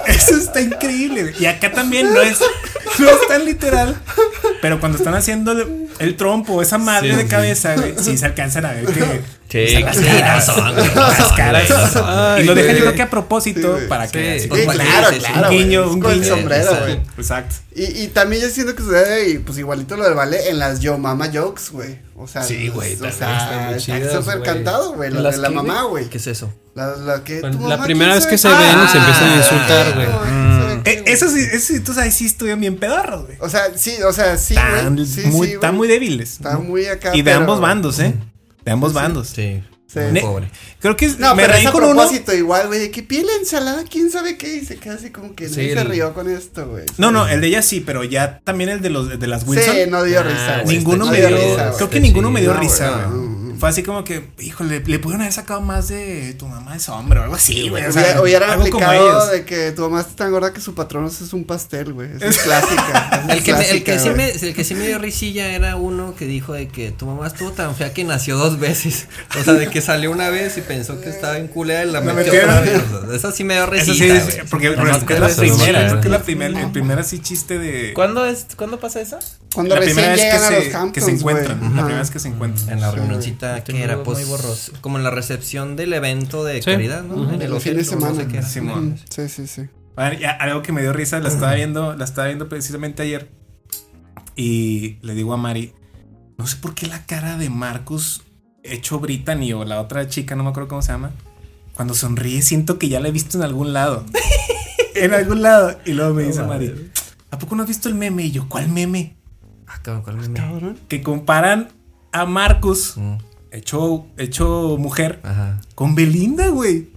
S2: eso está increíble, güey. Y acá también no es, no es tan literal. Pero cuando están haciendo el, el trompo, esa madre
S1: Sí,
S2: de
S1: sí.
S2: cabeza, güey, sí se alcanzan a ver que.
S1: Sí,
S2: las
S1: sí,
S2: caras,
S1: no son, güey,
S2: las
S1: no son,
S2: caras.
S1: güey, no son.
S5: Ay,
S2: y lo dejan,
S5: güey.
S2: yo creo que a propósito, para que.
S5: Sí.
S2: así
S3: Sí,
S2: como-
S3: claro,
S4: Sí, sí, sí.
S3: claro.
S2: Un
S3: güey.
S2: guiño, un
S3: Con el
S2: guiño.
S3: sombrero,
S4: Exacto.
S3: güey.
S2: Exacto.
S3: Y, y también yo siento que sucede, y, pues igualito lo del vale, en las Yo Mama Jokes, güey. O sea,
S1: Sí, güey,
S3: O
S1: también
S5: están
S3: sea,
S5: muy
S3: está
S5: chidas,
S3: súper
S5: güey.
S3: cantado, güey. La
S1: ¿Las
S3: de la
S1: qué, güey?
S3: mamá, güey.
S4: ¿Qué es eso?
S3: La, la que.
S5: Bueno,
S3: tu
S5: la
S3: mamá,
S5: primera
S3: ¿quién
S5: vez que se
S3: sabe?
S5: ven,
S3: Ah,
S5: se empiezan a insultar, güey.
S3: ¿quién sabe
S2: Eh,
S3: qué,
S2: Eso
S3: güey?
S2: sí, eso, sí, entonces ahí sí estuvieron bien pedorros, güey.
S3: O sea, sí, o sea, sí,
S2: Tan,
S3: güey. Sí,
S2: muy,
S3: sí,
S2: tan
S3: güey.
S2: muy débiles.
S3: Está muy acá.
S2: Y de
S3: pero-
S2: ambos bandos, ¿eh? De ambos bandos.
S4: Sí.
S3: Sí.
S4: Muy
S2: Ne-
S4: pobre.
S2: Creo que es-
S3: No,
S2: me
S3: pero
S2: reí
S3: es a
S2: con uno.
S3: propósito igual, güey, de que pide la ensalada, quién sabe qué, y se queda así como que
S5: Sí,
S3: nadie se
S5: el-
S3: rió con esto, güey.
S2: No, no, el de ella sí, pero ya también el de los de las Wilson.
S3: Sí, no dio
S4: Ah,
S3: risa, güey.
S2: ninguno
S3: no
S2: me
S3: dio
S2: dio
S3: risa, güey.
S2: Creo que
S4: Está
S2: ninguno me dio
S4: chido.
S2: risa,
S3: No,
S2: güey. Fue así como que, híjole, le pudieron haber sacado más de tu mamá es hombre o algo así, güey. O sea,
S3: Hubiera- Hubieran
S2: algo como
S3: aplicado
S2: ellos.
S3: de que tu mamá está tan gorda que su patrón es un pastel, güey. Esa Es clásica. esa es
S4: El que, me- el, que
S3: clásica,
S4: sí
S3: güey.
S4: me, el que sí me dio risilla era uno que dijo de que tu mamá estuvo tan fea que nació dos veces. O sea, de que salió una vez y pensó que estaba en culera y la
S2: La
S4: metió
S2: metieron.
S4: otra vez. O sea, Esa sí me dio
S2: Eso sí,
S4: risilla.
S2: es- porque
S5: No,
S2: creo
S5: no,
S2: que es la
S5: eso
S2: primera, creo
S5: no me
S2: que es la
S5: acuerdo.
S2: primera, el primer así chiste de
S1: ¿Cuándo, es, ¿Cuándo pasa esa?
S3: Cuando
S2: la
S3: recién
S2: primera vez que
S3: llegan a los
S2: se,
S3: Hamptons,
S2: que se encuentran,
S3: güey.
S2: la
S3: Ajá.
S2: primera vez que se encuentran.
S4: En la
S3: Sí,
S4: reunioncita
S1: güey.
S4: que era
S1: Muy
S4: pues
S1: borroso.
S4: como en la recepción del evento de
S5: Sí.
S4: caridad, ¿no? En
S3: Los fines de
S4: hotel, o
S3: semana.
S4: no sé qué era.
S2: Simón.
S3: Sí, sí, sí.
S2: Bueno, y a- algo que me dio risa, la estaba viendo, la estaba viendo precisamente ayer. Y le digo a Mari, no sé por qué la cara de Marcus hecho Brittany o la otra chica, no me acuerdo cómo se llama. Cuando sonríe siento que ya la he visto en algún lado. en algún lado. Y luego me dice Mari, ¿a poco no has visto el meme? Y yo, ¿cuál meme?
S4: Ah, cabrón, ¿cuál meme?
S3: Cabrón.
S2: Que comparan a Marcus,
S4: Mm, Ah.
S2: hecho, hecho mujer,
S4: Ajá.
S2: con Belinda, güey.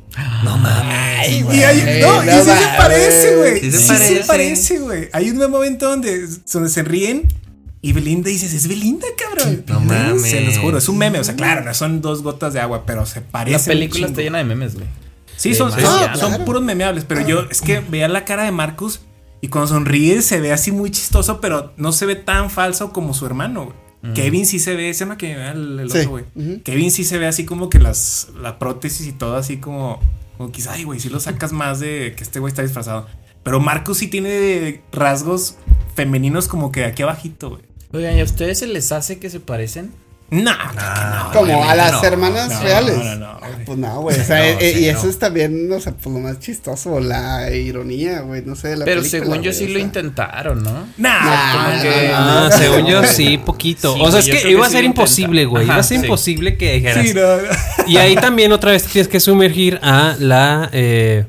S4: No mames.
S2: Y hay, no,
S3: güey,
S2: y
S3: no
S2: sí se
S3: mames.
S2: parece, güey. Sí
S4: Sí se
S2: se
S4: parece.
S2: parece, güey. Hay un momento donde, donde se ríen y Belinda dices, es Belinda, cabrón.
S4: No
S2: Belinda, Se
S4: mames.
S2: los juro, es un meme. O sea, claro, no son dos gotas de agua, pero se
S1: La
S2: parece.
S1: película está llena de memes, güey.
S2: Sí, son,
S1: de
S2: son,
S1: más.
S2: son
S3: Ah, Claro.
S2: puros memeables, pero yo es que veía la cara de Marcus y cuando sonríe se ve así muy chistoso, pero no se ve tan falso como su hermano, güey. Kevin sí se ve, se llama Kevin ¿verdad? el, el
S3: Sí.
S2: otro, güey.
S3: Ujú.
S2: Kevin sí se ve así como que las la prótesis y todo así como como quizá, ay, güey, sí lo sacas más de que este güey está disfrazado. Pero Marcus sí tiene rasgos femeninos como que de aquí abajito, güey.
S1: Oigan, ¿y a ustedes se les hace que se parecen?
S2: No, Ah, no,
S4: Como
S3: Como a las
S4: no,
S3: hermanas
S2: no,
S3: reales.
S2: no, no, güey.
S3: Pues no, güey. O sea,
S4: No,
S3: eh, eh,
S4: sí,
S3: y
S4: no.
S3: eso es también, o sea, pues lo más chistoso, la ironía, güey. No sé, de la
S1: Pero
S3: película,
S1: según yo
S3: güey,
S1: sí
S3: o
S1: lo
S3: sea.
S1: intentaron, ¿no?
S2: Nah,
S1: Como
S3: no,
S1: que-
S3: no, no,
S5: Ah,
S3: no,
S5: según
S3: no,
S5: yo
S3: güey.
S5: sí, poquito.
S1: Sí,
S5: o sea,
S1: güey,
S5: es
S1: yo
S5: que
S1: creo que
S5: iba a
S1: sí
S5: ser
S1: lo
S5: imposible, güey. Iba a
S1: intenta.
S5: ser
S1: Ajá, sí.
S5: imposible que dijeras.
S2: Sí, no, no.
S5: Y ahí también otra vez tienes que sumergir a la eh,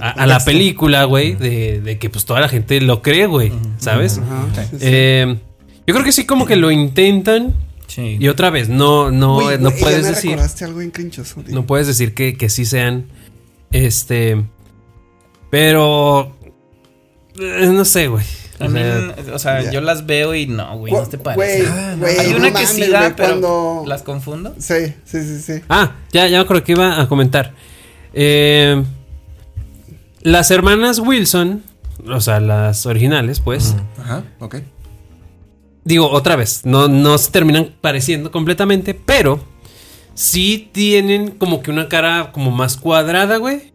S5: a, a la película, güey, de, de que pues toda la gente lo cree, güey, ¿sabes?
S3: Ajá, sí, sí.
S5: Eh, Yo creo que sí, como que lo intentan.
S1: Sí.
S5: Y otra vez, no, no, eh,
S3: Güey,
S5: no
S3: güey, ya
S5: puedes
S3: me
S5: decir.
S3: recordaste algo bien crinchoso, tío.
S5: No puedes decir que, que sí sean. Este. Pero. eh, No sé, güey. O sea,
S1: También, o sea,
S3: ya.
S1: yo las veo y no, güey, no te parece.
S3: Güey, güey,
S1: Hay
S3: no
S1: una que
S3: mames,
S1: sí da,
S3: güey,
S1: pero
S3: cuando-
S1: las confundo.
S3: Sí, sí, sí, sí.
S5: Ah, ya, ya me acuerdo que iba a comentar. Eh, las hermanas Wilson, o sea, las originales, pues.
S2: Ajá, ok.
S5: Digo, otra vez, no, no se terminan pareciendo completamente, pero sí tienen como que una cara como más cuadrada, güey.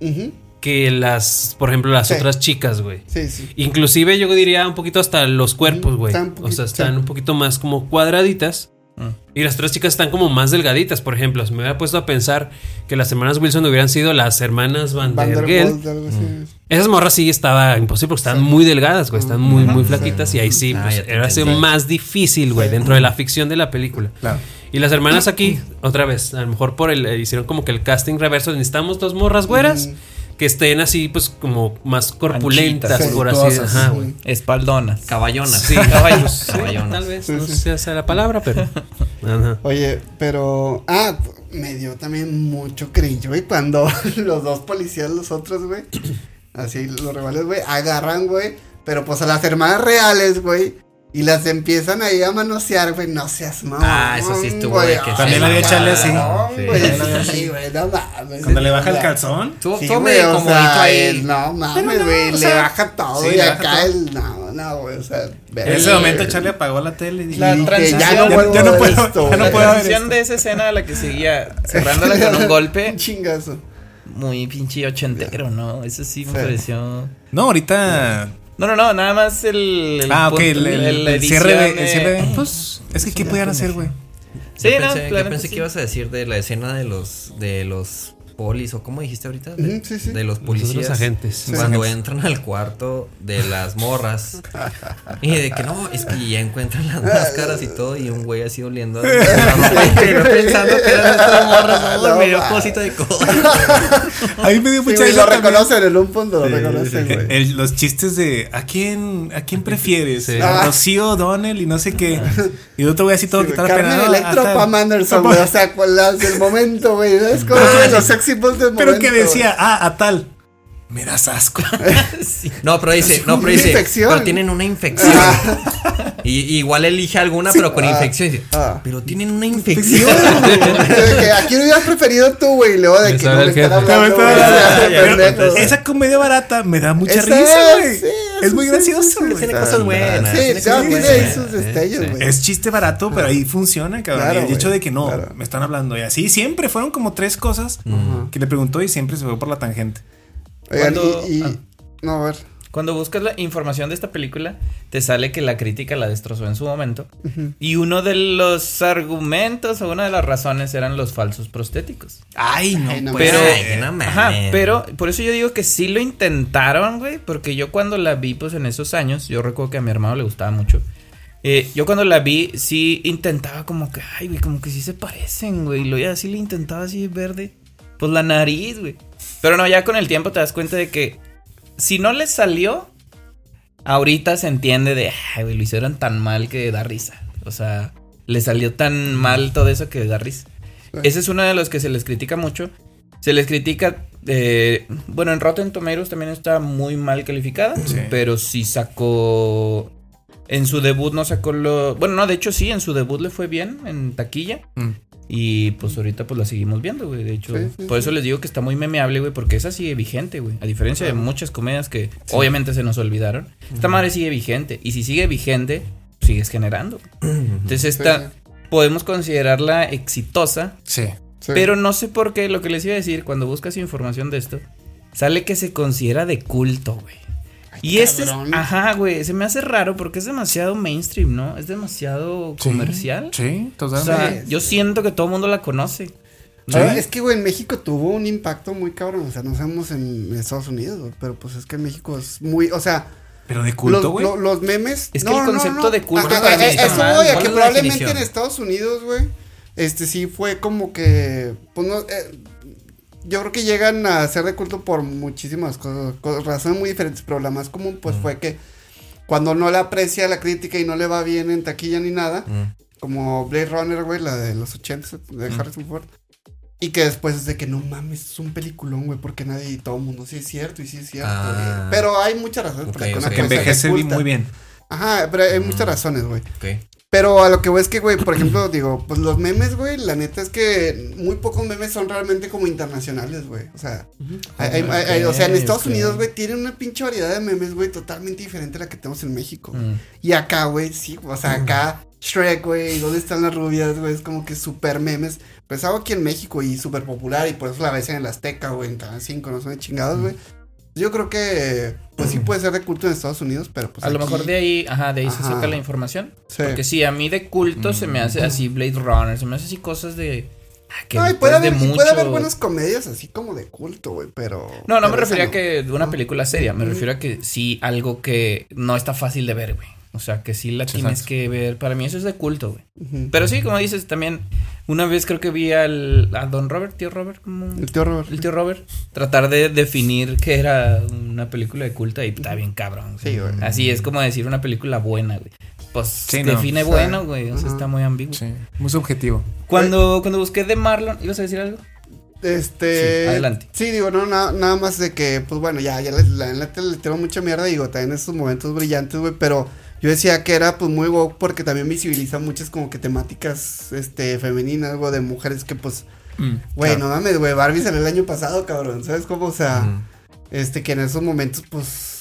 S3: Ujú,
S5: Que las, por ejemplo, las
S3: Sí.
S5: otras chicas, güey.
S3: Sí, sí.
S5: Inclusive yo diría un poquito hasta los cuerpos,
S3: Mm,
S5: güey.
S3: están un poquito-
S5: O sea, están
S3: sí.
S5: un poquito más como cuadraditas.
S1: Mm.
S5: Y las otras chicas están como más delgaditas, por ejemplo. Se me hubiera puesto a pensar que las hermanas Wilson hubieran sido las hermanas Van der Gel.
S3: Vanderbilt, algo
S4: Mm.
S3: así.
S5: Esas morras sí estaba imposible porque estaban muy delgadas, güey. Están muy, muy flaquitas. Y ahí sí,
S4: Ah,
S5: pues,
S4: ya te
S5: era así
S4: entendí.
S5: más difícil, güey, dentro de la ficción de la película.
S2: Claro.
S5: Y las hermanas aquí, otra vez, a lo mejor por el, eh, hicieron como que el casting reverso. Necesitamos dos morras güeras que estén así, pues, como más corpulentas,
S1: Anchitas,
S5: por así
S2: voluptuosas.
S5: Ajá, güey.
S1: Espaldonas.
S4: Caballonas.
S5: Sí,
S1: caballos.
S5: Sí,
S4: Caballonas.
S5: Tal vez,
S3: Sí,
S5: no
S3: sí.
S5: sé si sea la palabra, pero. Ajá.
S3: Oye, pero. Ah, me dio también mucho cringe, güey. Cuando los dos policías, los otros, güey. Así, los rivales, güey. Agarran, güey. Pero pues a las hermanas reales, güey. Y las empiezan ahí a manosear, güey. No seas mamón.
S4: Ah, eso sí estuvo
S3: güey.
S4: de que
S2: También
S3: Ay,
S2: había chale así.
S3: cabrón,
S4: Sí.
S3: güey,
S2: También había
S3: Sí, güey. No mames.
S2: Cuando le baja el
S3: Ya.
S2: calzón.
S4: Tú,
S3: Sí,
S4: tú
S3: güey,
S4: medio
S3: o
S4: como
S3: sea,
S4: ahí.
S3: el- No mames,
S2: Pero no,
S3: güey.
S2: o
S3: le
S2: sea,
S3: baja todo.
S2: sí,
S3: y
S2: le baja
S3: acá
S2: todo.
S3: el. No, no, güey. O sea.
S2: En ese momento Charlie apagó la tele y dije,
S3: La
S2: "No,
S3: transición.
S2: ya no
S3: Ya-
S2: puedo,
S3: ya no puedo,
S2: ya no
S1: La
S2: puedo ver
S1: transición
S2: esto".
S1: de esa escena a la que seguía cerrándola con un golpe
S3: Un chingazo.
S1: muy pinche ochentero, ¿no? Eso sí me
S3: Sí.
S1: pareció.
S2: No, ahorita.
S1: No, no, no, nada más el. el
S2: ah, ok,
S1: punto-
S2: el, el-
S1: la
S2: el cierre de.
S1: edición
S2: el cierre
S3: eh.
S2: de- Pues es que, ¿qué podían hacer, güey?
S1: Sí,
S4: yo
S1: no,
S4: pensé, yo
S1: claramente
S4: pensé
S1: sí.
S4: que ibas a decir de la escena de los de los polis o cómo dijiste ahorita de,
S3: Ujú, sí, sí.
S4: de los
S5: Los
S4: policías
S5: otros agentes.
S4: cuando
S2: agentes.
S4: entran al cuarto de las morras y de que no es que ya encuentran las máscaras y todo y un güey así oliendo a- a la ropa y yo pensando que eran estas morras no,
S3: No,
S4: me dio
S3: ma.
S4: cosito de cosas
S2: A mí me dio
S3: Sí,
S2: mucha
S3: güey,
S2: risa
S3: lo
S2: también.
S3: reconocen, en un punto lo
S2: Sí,
S3: reconocen,
S2: sí,
S3: güey.
S2: el- los chistes de ¿a quién, a quién prefieres?
S5: Sí.
S2: ¿A
S3: Ah.
S2: Rocío Donnell y no sé qué. Y el otro güey así todo
S3: Sí,
S2: que
S3: güey,
S2: estaba
S3: Carmen
S2: penado.
S3: Electro,
S2: ah, tal.
S3: Pam Anderson,
S2: Pam-
S3: güey. O sea, con las del momento, güey. Es como
S2: Ah,
S3: los sexy bulls del momento.
S2: Pero que decía, ah, a tal. Me das asco.
S4: no pero dice no
S3: Una
S4: pero dice
S3: infección. Ah.
S4: pero tienen una infección y igual elige alguna pero con infección y dice,
S3: ah.
S4: pero tienen una infección
S3: De que, ¿A quién hubieras preferido tú, güey? Y luego de
S5: Me
S3: que
S5: sabe
S3: no
S5: el
S3: le están
S5: jefe.
S3: hablando, güey.
S2: Ah,
S3: de
S2: pero
S3: pendejo, güey.
S2: esa comedia barata me da mucha
S3: Esa,
S2: risa, güey.
S3: sí,
S2: es muy
S3: sí, sí,
S2: gracioso,
S3: sí,
S2: güey.
S4: tiene cosas buenas
S3: Sí,
S4: tiene
S3: ya
S4: cosas
S3: tiene ahí
S4: buenas.
S3: sus destellos, güey.
S2: Es chiste barato, pero ahí funciona, cabrón.
S3: Claro,
S2: y el hecho
S3: güey,
S2: de que no,
S3: claro.
S2: me están hablando. Y así siempre fueron como tres cosas que le preguntó y siempre se fue por la tangente.
S3: Oigan,
S1: Cuando-
S3: y. y-
S1: ah.
S3: No, a ver.
S1: Cuando buscas la información de esta película, te sale que la crítica la destrozó en su momento. Y uno de los argumentos o una de las razones eran los falsos prostéticos.
S2: Ay, no,
S3: Ay, no
S2: pues.
S1: Pero-
S4: Ay, que no mames.
S1: Ajá, pero por eso yo digo que sí lo intentaron, güey, porque yo cuando la vi, pues en esos años, yo recuerdo que a mi hermano le gustaba mucho. Eh, yo cuando la vi, sí intentaba como que, ay, güey, como que sí se parecen, güey. Y lo ya así le intentaba así verde. Pues la nariz, güey. Pero no, ya con el tiempo te das cuenta de que si no les salió, ahorita se entiende de, ay, güey, lo hicieron tan mal que da risa. O sea, le salió tan mal todo eso que da risa. Ese es uno de los que se les critica mucho. Se les critica, eh, bueno, en Rotten Tomatoes también está muy mal calificada,
S2: Sí.
S1: pero sí sacó, en su debut no sacó lo, bueno, no, de hecho sí, en su debut le fue bien en taquilla.
S2: Mm.
S1: Y pues ahorita pues la seguimos viendo, güey. De hecho,
S3: Sí, sí,
S1: por eso les digo que está muy memeable, güey, porque esa sigue vigente, güey. A diferencia de muchas comedias que obviamente se nos olvidaron, esta madre sigue vigente. Y si sigue vigente, sigues generando. Entonces esta podemos considerarla exitosa,
S2: Sí.
S3: Sí.
S1: pero no sé por qué lo que les iba a decir cuando buscas información de esto, sale que se considera de culto, güey. Y este es,
S3: cabrón.
S1: ajá, güey, se me hace raro porque es demasiado mainstream, ¿no? Es demasiado
S2: Sí,
S1: comercial.
S2: Sí,
S1: O sea,
S2: totalmente.
S1: yo siento que todo el mundo la conoce.
S3: Ahora, es que, güey, en México tuvo un impacto muy cabrón. O sea, no sabemos en Estados Unidos, güey, pero pues es que en México es muy. O sea,
S2: pero de
S3: los,
S2: culto, güey.
S3: lo- los memes.
S1: Es que el concepto de culto
S3: Ajá,
S1: para mí
S3: eh,
S1: está
S3: eso
S1: mal.
S3: voy a que
S4: ¿Cuál es la
S3: probablemente en
S4: definición?
S3: Estados Unidos, güey. Este sí fue como que. pues, no, eh, yo creo que llegan
S1: Mm.
S3: a ser de culto por muchísimas cosas, co- razones muy diferentes, pero la más común pues fue que cuando no la aprecia la crítica y no le va bien en taquilla ni nada,
S1: Mm.
S3: como Blade Runner, güey, la de los 80 de Harrison Ford. Y que después es de que no mames, es un peliculón, güey, porque nadie y todo el mundo, sí es cierto y sí es cierto.
S4: Ah.
S3: güey. Pero hay muchas razones
S4: Ok,
S3: las pues,
S4: o
S3: una
S4: sea,
S2: Porque
S4: que
S3: cosa
S2: envejece
S3: oculta.
S2: muy bien.
S3: Ajá, pero hay muchas razones, güey.
S4: Ok.
S3: Pero a lo que voy es que, güey, por ejemplo, digo, pues los memes, güey, la neta es que muy pocos memes son realmente como internacionales, güey. O sea, hay- hay- hay- o sea, en Estados
S1: Ah, ok.
S3: Unidos, güey, tienen una pinche variedad de memes, güey, totalmente diferente a la que tenemos en México. güey.
S1: Mm.
S3: Y acá, güey, sí, o sea, acá Shrek, güey, ¿dónde están las rubias, güey? Es como que super memes. Pues algo aquí en México y súper popular y por eso la ves en el Azteca, güey, en Canal 5, no son de
S1: Mm.
S3: chingados, güey. Yo creo que, pues sí puede ser de culto en Estados Unidos, pero pues
S1: a lo
S3: aquí-
S1: mejor de ahí, ajá, de ahí se
S3: Ajá.
S1: saca la información.
S3: Sí.
S1: Porque sí, a mí de culto se me hace así Blade Runner, se me hace así cosas de. ah, que
S3: no, y
S1: después
S3: puede
S1: de
S3: haber, y puede haber
S1: mucho-
S3: buenas comedias así como de culto, güey, pero.
S1: No, no me
S3: pero esa
S1: refería a que de una
S3: Ah.
S1: película seria, me refiero a que sí algo que no está fácil de ver, güey. O sea, que sí la tienes
S2: exacto.
S1: que ver. Para mí eso es de culto, güey.
S3: Ujú.
S1: Pero sí, como dices, también una vez creo que vi al a Don Robert, tío Robert, como
S3: El tío Robert.
S1: el tío Robert, tratar de definir que era una película de culto y está bien cabrón.
S3: Sí, güey.
S1: Así es como decir una película buena, güey. Pues
S2: Sí, no.
S1: define
S3: Sí.
S1: bueno, güey. O sea,
S3: Ajá.
S1: está muy ambiguo.
S2: Sí, muy subjetivo.
S1: Cuando, cuando busqué de Marlon, ¿ibas a decir algo?
S3: Este.
S1: Sí, adelante.
S3: Sí, digo, no, na- nada más de que, pues bueno, ya, ya les- la neta le tengo mucha mierda, digo, también en sus momentos brillantes, güey, pero yo decía que era, pues muy woke porque también visibiliza muchas como que temáticas, este, femeninas, güey, de mujeres que, pues,
S2: Mm.
S3: güey, no mames, güey, Barbie salió el año pasado, cabrón, ¿sabes cómo? O sea, este, que en esos momentos, pues,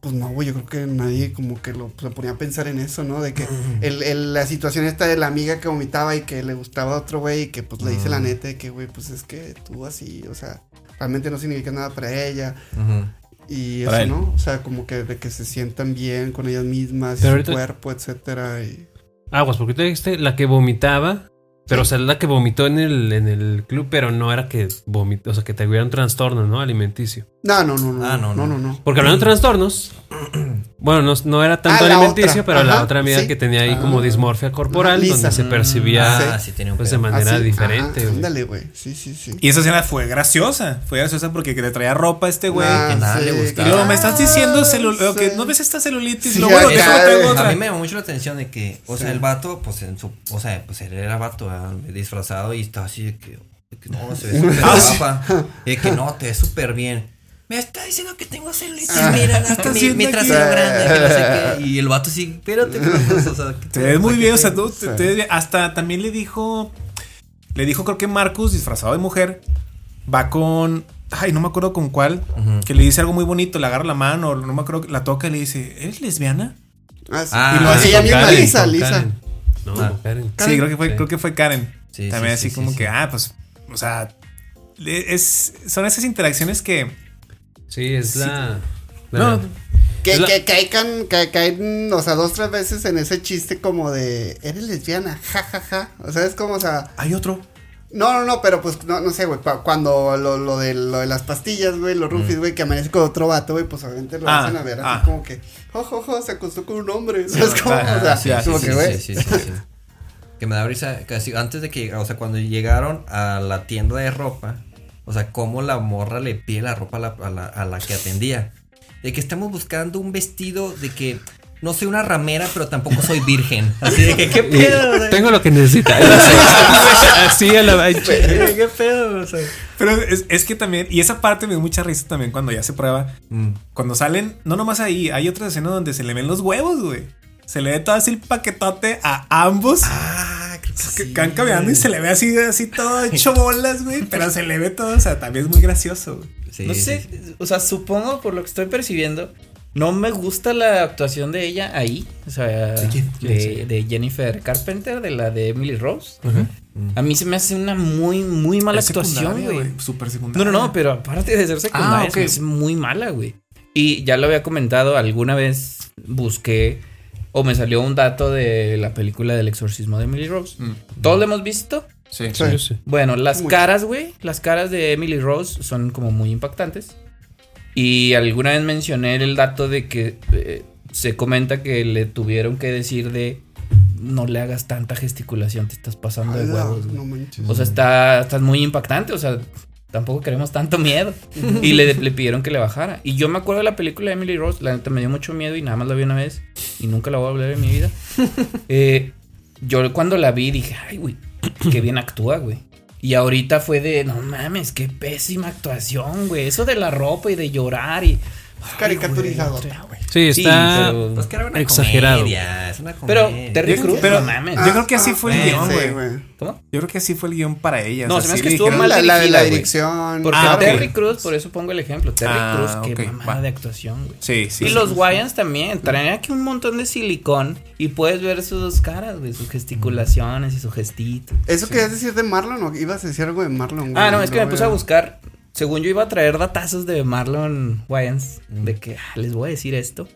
S3: pues no, güey, yo creo que nadie como que lo se ponía a pensar en eso, ¿no? De que el, el- la situación esta de la amiga que vomitaba y que le gustaba a otro güey y que pues le dice la neta de que, güey, pues es que tú así, o sea, realmente no significa nada para ella
S4: Ujú.
S3: y
S2: Para
S3: eso,
S2: él.
S3: ¿no? O sea, como que de que se sientan bien con ellas mismas, y
S5: Pero
S3: su
S5: ahorita-
S3: cuerpo, etcétera, y...
S5: Aguas, porque tú dijiste la que vomitaba, pero o sea, la que vomitó en el, en el club, pero no era que vomitó, o sea, que te hubiera un trastorno, ¿no? Alimenticio.
S3: No, no, no, no,
S4: Ah,
S3: no,
S4: no,
S3: no, no,
S4: no.
S3: no.
S5: Porque hablando de trastornos, bueno, no, no era tanto
S3: Ah, la
S5: alimenticio,
S3: otra.
S5: pero la
S3: Ajá,
S5: otra amiga
S3: sí.
S5: que tenía ahí
S3: Ah.
S5: como dismorfia corporal,
S3: Lisa.
S5: donde se
S1: Mm,
S5: percibía
S4: Ah, sí, tiene un
S5: pues, de
S4: pedo.
S5: manera
S3: Así, ajá,
S5: diferente. güey.
S3: ándale, güey, sí, sí, sí.
S2: Y esa escena fue graciosa. Fue graciosa porque que le traía ropa a este güey.
S4: que nada le
S3: sí,
S2: y
S4: gustaba.
S2: luego me estás diciendo celu-
S3: sí.
S2: que no ves esta celulitis.
S3: Ah, Sí,
S2: lo bueno,
S3: acá,
S2: déjame traigo
S3: güey.
S2: otra.
S4: A mí me llamó mucho la atención de que, o sea, el vato, pues en su, o sea, pues él era vato ¿verdad? disfrazado y estaba así de que, de que no, se ve súper
S2: Ah, sí.
S4: guapa. Y de que no, te ves súper bien. Me está diciendo que tengo celulitis, mira, la-
S2: Ah, está
S4: mi,
S2: haciendo
S4: mi
S2: aquí?
S4: trasero grande, que no sé qué. Y el vato sí, espérate, pues, o sea, que
S2: Te ves muy
S4: que
S2: bien, o
S4: te-
S2: sea, tú te- te ves bien. hasta también le dijo, le dijo creo que Marcus, disfrazado de mujer, va con, ay, no me acuerdo con cuál, que le dice algo muy bonito, le agarra la mano, no me acuerdo, la toca y le dice, ¿eres lesbiana?
S3: Ah, sí.
S4: Ah,
S3: y lo hace
S4: sí,
S3: ella
S5: Con
S3: misma,
S5: Karen,
S3: Lisa,
S5: con
S3: Lisa.
S5: Karen. No,
S4: Ah.
S5: con Karen.
S2: Sí, creo que fue, creo que fue Karen.
S4: Sí,
S2: también
S4: sí,
S2: así
S4: sí,
S2: como
S4: sí,
S2: que,
S4: sí.
S2: ah, pues, o sea, le- es, son esas interacciones que,
S5: Sí, es la...
S2: No,
S5: la-
S3: Que,
S5: Es la-
S3: que caigan, que caen, o sea, dos, tres veces en ese chiste como de, eres lesbiana, jajaja. O sea, es como, o sea,
S2: hay otro.
S3: no, no, no, pero pues, no, no sé, güey, cua- cuando lo, lo de, lo de las pastillas, güey, los rufis, güey, que amanece con otro vato, güey, pues obviamente lo
S2: Ah,
S3: hacen a ver así
S2: ah.
S3: como que, ojo, ojo, se acostó con un hombre, ¿sabes cómo?
S2: ah,
S3: o sea,
S4: sí, sí,
S3: como
S4: sí,
S3: que,
S4: sí,
S3: güey,
S4: sí, sí, sí, sí. Que me da risa, casi antes de que, o sea, cuando llegaron a la tienda de ropa, o sea, cómo la morra le pide la ropa a la, a la- a la que atendía. De que estamos buscando un vestido de que no soy una ramera, pero tampoco soy virgen. Así de que, ¿qué pedo? O sea,
S5: Tengo lo que necesita. eh, Así a la...
S4: ¿Qué pedo? O sea,
S2: Pero es, es que también, y esa parte me dio mucha risa también cuando ya se prueba,
S4: mm,
S2: Cuando salen, no nomás ahí, hay otra escena donde se le ven los huevos, güey. Se le ve todo así el paquetote a ambos. que van caminando y se le ve así, así todo hecho bolas, güey. Pero se le ve todo, o sea, también es muy gracioso, güey.
S4: sí,
S1: no
S4: sí,
S1: sé,
S4: sí.
S1: o sea, supongo por lo que estoy percibiendo, no me gusta la actuación de ella ahí, o sea, ¿De, de Jennifer Carpenter, de la de Emily Rose. A mí se me hace una muy, muy mala
S2: Es
S1: actuación,
S2: secundaria,
S1: güey.
S2: Súper
S1: No,
S2: secundaria.
S1: no, no, pero aparte de ser secundaria,
S2: Ah,
S1: se me
S2: ok.
S1: hace muy mala, güey. Y ya lo había comentado, alguna vez busqué o me salió un dato de la película del exorcismo de Emily Rose. ¿Todos lo hemos visto?
S2: Mm, Sí.
S3: Sí.
S5: Yo sé.
S1: Bueno, las
S3: Mucho.
S1: caras, güey, las caras de Emily Rose son como muy impactantes. Y alguna vez mencioné el dato de que eh, se comenta que le tuvieron que decir de no le hagas tanta gesticulación, te estás pasando de
S3: ala,
S1: huevos. güey".
S3: no "Ah, manches.
S1: O sea, está, estás muy impactante, o sea, Tampoco queremos tanto miedo. Y le, le pidieron que le bajara. Y yo me acuerdo de la película de Emily Rose. La neta me dio mucho miedo y nada más la vi una vez. Y nunca la voy a volver en mi vida. Eh, yo cuando la vi dije, ay, güey, qué bien actúa, güey. Y ahorita fue de, no mames, qué pésima actuación, güey. Eso de la ropa y de llorar y. ay,
S3: Caricaturizado.
S1: güey.
S5: Sí,
S1: Sí,
S5: está
S1: pero-
S4: Pues que era una
S5: exagerado.
S4: comedia, es una comedia.
S1: Pero Terry
S2: Yo-
S1: Crews,
S2: pero-
S1: no mames. Ah,
S2: Yo creo que así fue el
S3: sí,
S2: guión, güey.
S3: güey.
S1: ¿Cómo?
S2: Yo creo que así fue el guión para ella.
S1: No,
S2: o sea,
S1: se me hace
S2: sí
S1: que
S2: le
S1: estuvo mal
S2: dijeron-
S3: La, la de la
S1: dirigida, güey.
S3: dirección.
S1: Porque
S2: Ah, ok.
S1: Terry Crews, por eso pongo el ejemplo. Terry
S2: Ah,
S1: Crews, qué
S2: ok,
S1: mamada
S2: va.
S1: de actuación, güey.
S2: Sí, sí.
S1: y
S2: sí.
S1: los Wyans también, traen aquí un montón de silicón y puedes ver sus dos caras, güey, sus gesticulaciones y su gestito.
S3: ¿Eso querías decir de Marlon o ibas a decir algo de Marlon? güey?
S1: Ah, no, es que me
S3: Lo
S1: puse a
S3: veo.
S1: buscar. Según yo iba a traer datazos de Marlon Wayans, de que ah, les voy a decir esto.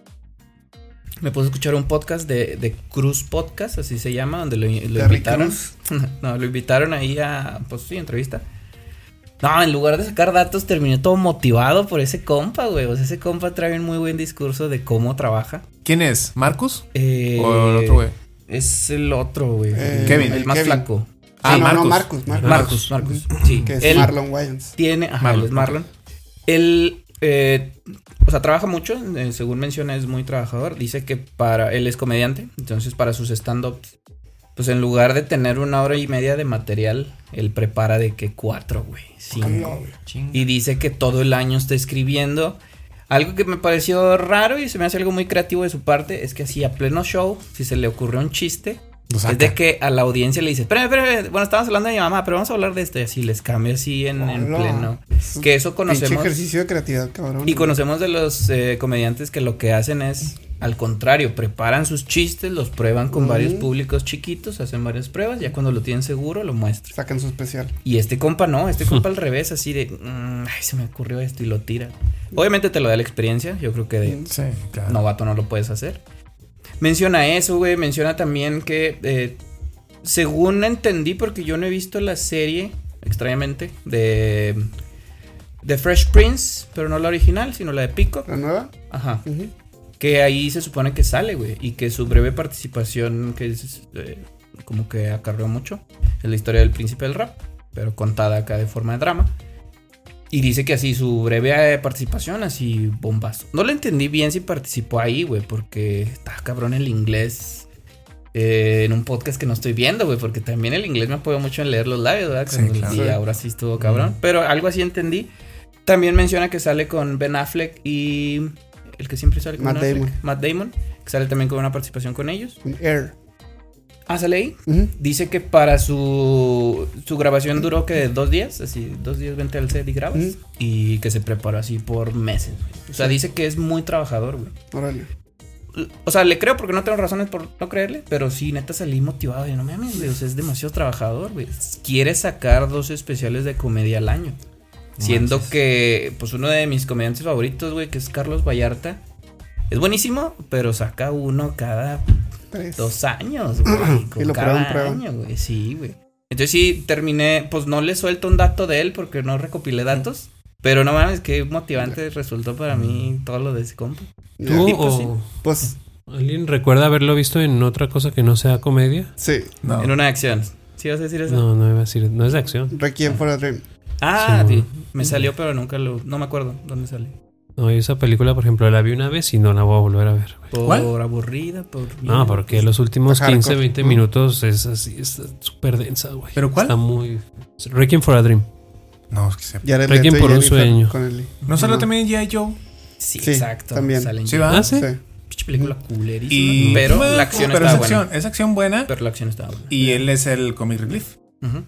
S1: Me puse a escuchar un podcast de, de Cruz Podcast, así se llama, donde lo, lo
S3: Terry
S1: invitaron. No, lo invitaron ahí a, pues sí, entrevista. No, en lugar de sacar datos, terminé todo motivado por ese compa, güey. O sea, ese compa trae un muy buen discurso de cómo trabaja.
S2: ¿Quién es? ¿Marcus?
S1: Eh,
S2: ¿O el otro, güey?
S1: Es el otro, güey.
S3: Eh,
S2: Kevin.
S1: El más
S3: Kevin.
S1: flaco.
S2: Ah,
S3: Sí, no, no,
S2: Marcus.
S3: Marcus. Marcus.
S1: Marcus, Marcus. Sí.
S3: Que es
S1: él-
S3: Marlon Wayans.
S1: tiene. Ajá,
S2: Marlon,
S1: él es Marlon. Él. eh, o sea, trabaja mucho, eh, según menciona, es muy trabajador. Dice que para. Él es comediante, entonces para sus stand-ups. Pues en lugar de tener una hora y media de material, él prepara de que cuatro, güey. Cinco. güey. Y dice que todo el año está escribiendo. Algo que me pareció raro y se me hace algo muy creativo de su parte es que así a pleno show, si se le ocurre un chiste,
S2: Lo saca.
S1: es de que a la audiencia le dice, espérame, espérame, espérame, bueno, estábamos hablando de mi mamá, pero vamos a hablar de esto y así les cambia así en, en
S3: Hola.
S1: pleno. Que eso
S3: Pinche
S1: conocemos
S3: ejercicio de creatividad, cabrón.
S1: y conocemos de los eh, comediantes que lo que hacen es, al contrario, preparan sus chistes, los prueban con varios públicos chiquitos, hacen varias pruebas, ya cuando lo tienen seguro lo muestran.
S3: Sacan su especial.
S1: Y este compa no, este compa al revés, así de, "Mm, ay, se me ocurrió esto y lo tira. Obviamente te lo da la experiencia, yo creo que de
S2: Sí, claro.
S1: novato no lo puedes hacer. Menciona eso, güey, menciona también que, eh, según entendí, porque yo no he visto la serie, extrañamente, de, de Fresh Prince, pero no la original, sino la de Pico.
S3: ¿La nueva?
S1: Ajá.
S3: Ujú.
S1: Que ahí se supone que sale, güey. Y que su breve participación, que es eh, como que acarreó mucho, es la historia del príncipe del rap, pero contada acá de forma de drama. Y dice que así su breve eh, participación, así bombazo. No le entendí bien si participó ahí, güey, porque está cabrón el inglés. eh, en un podcast que no estoy viendo, güey, porque también el inglés me apoyó mucho en leer los labios, ¿verdad?
S2: Sí,
S1: Cuando-
S2: claro. Mm.
S1: Y
S3: Sí.
S1: ahora sí estuvo cabrón. Pero algo así entendí. También menciona que sale con Ben Affleck y el que siempre sale con
S3: Matt
S1: Ben Affleck,
S3: Damon.
S1: Matt Damon, que sale también con una participación con ellos.
S3: Un Air.
S1: Ah, sale ahí.
S3: Ujú.
S1: Dice que para su, su grabación duró que dos días, así, dos días vente al set y grabas.
S3: Ujú.
S1: Y que se preparó así por meses, güey. O sea, dice que es muy trabajador, güey.
S3: Órale.
S1: O sea, le creo porque no tengo razones por no creerle, pero sí, neta salí motivado. Y no mames, güey. O sea, es demasiado trabajador, güey. Quiere sacar dos especiales de comedia al año. Siendo que, pues, uno de mis comediantes favoritos, güey, que es Carlos Vallarta, es buenísimo, pero saca uno cada
S3: Tres.
S1: dos años, güey. con
S3: Y lo
S1: cada
S3: prueban, prueban.
S1: año, güey. Sí, güey. Entonces sí, terminé, pues no le suelto un dato de él porque no recopilé datos. Pero no mames, qué motivante resultó para
S3: Mm.
S1: mí todo lo de ese compa.
S3: Ya.
S5: ¿Tú
S1: Y pues sí.
S5: o
S3: Pues,
S5: alguien recuerda haberlo visto en otra cosa que no sea comedia?
S3: sí.
S2: No.
S1: En una acción. ¿Sí vas a decir eso?
S5: No, no iba a decir, no es de acción.
S3: Requiem for a Dream.
S1: Ah,
S5: Sí,
S1: sí.
S5: bueno.
S1: Me salió, pero nunca lo. No me acuerdo dónde salió.
S5: No, yo esa película, por ejemplo, la vi una vez y no la voy a volver a ver. güey.
S1: Por
S2: ¿Cuál?
S1: aburrida, por.
S5: No, porque los últimos
S3: Hardcore.
S5: 15, 20
S3: Mm.
S5: minutos es así, es súper densa, güey.
S2: ¿Pero cuál?
S5: Está muy... Requiem for a Dream.
S2: No, es que se...
S3: Jared
S5: Requiem
S3: Leto y
S5: por un
S3: Jennifer
S5: sueño.
S3: Connelly.
S2: ¿No salió
S3: Ajá.
S2: también G.I. Joe?
S1: Sí,
S3: Sí,
S1: exacto.
S3: también. Mm.
S1: Salen
S2: Sí,
S1: ya.
S2: va.
S5: Ah, sí.
S1: Pinche película culerísima.
S2: Y...
S1: Pero
S2: Bueno,
S1: la acción
S2: pero
S1: estaba
S2: es acción,
S1: buena.
S2: Es acción buena
S1: Pero la acción estaba buena.
S2: y él es el comic relief.
S1: Ujú.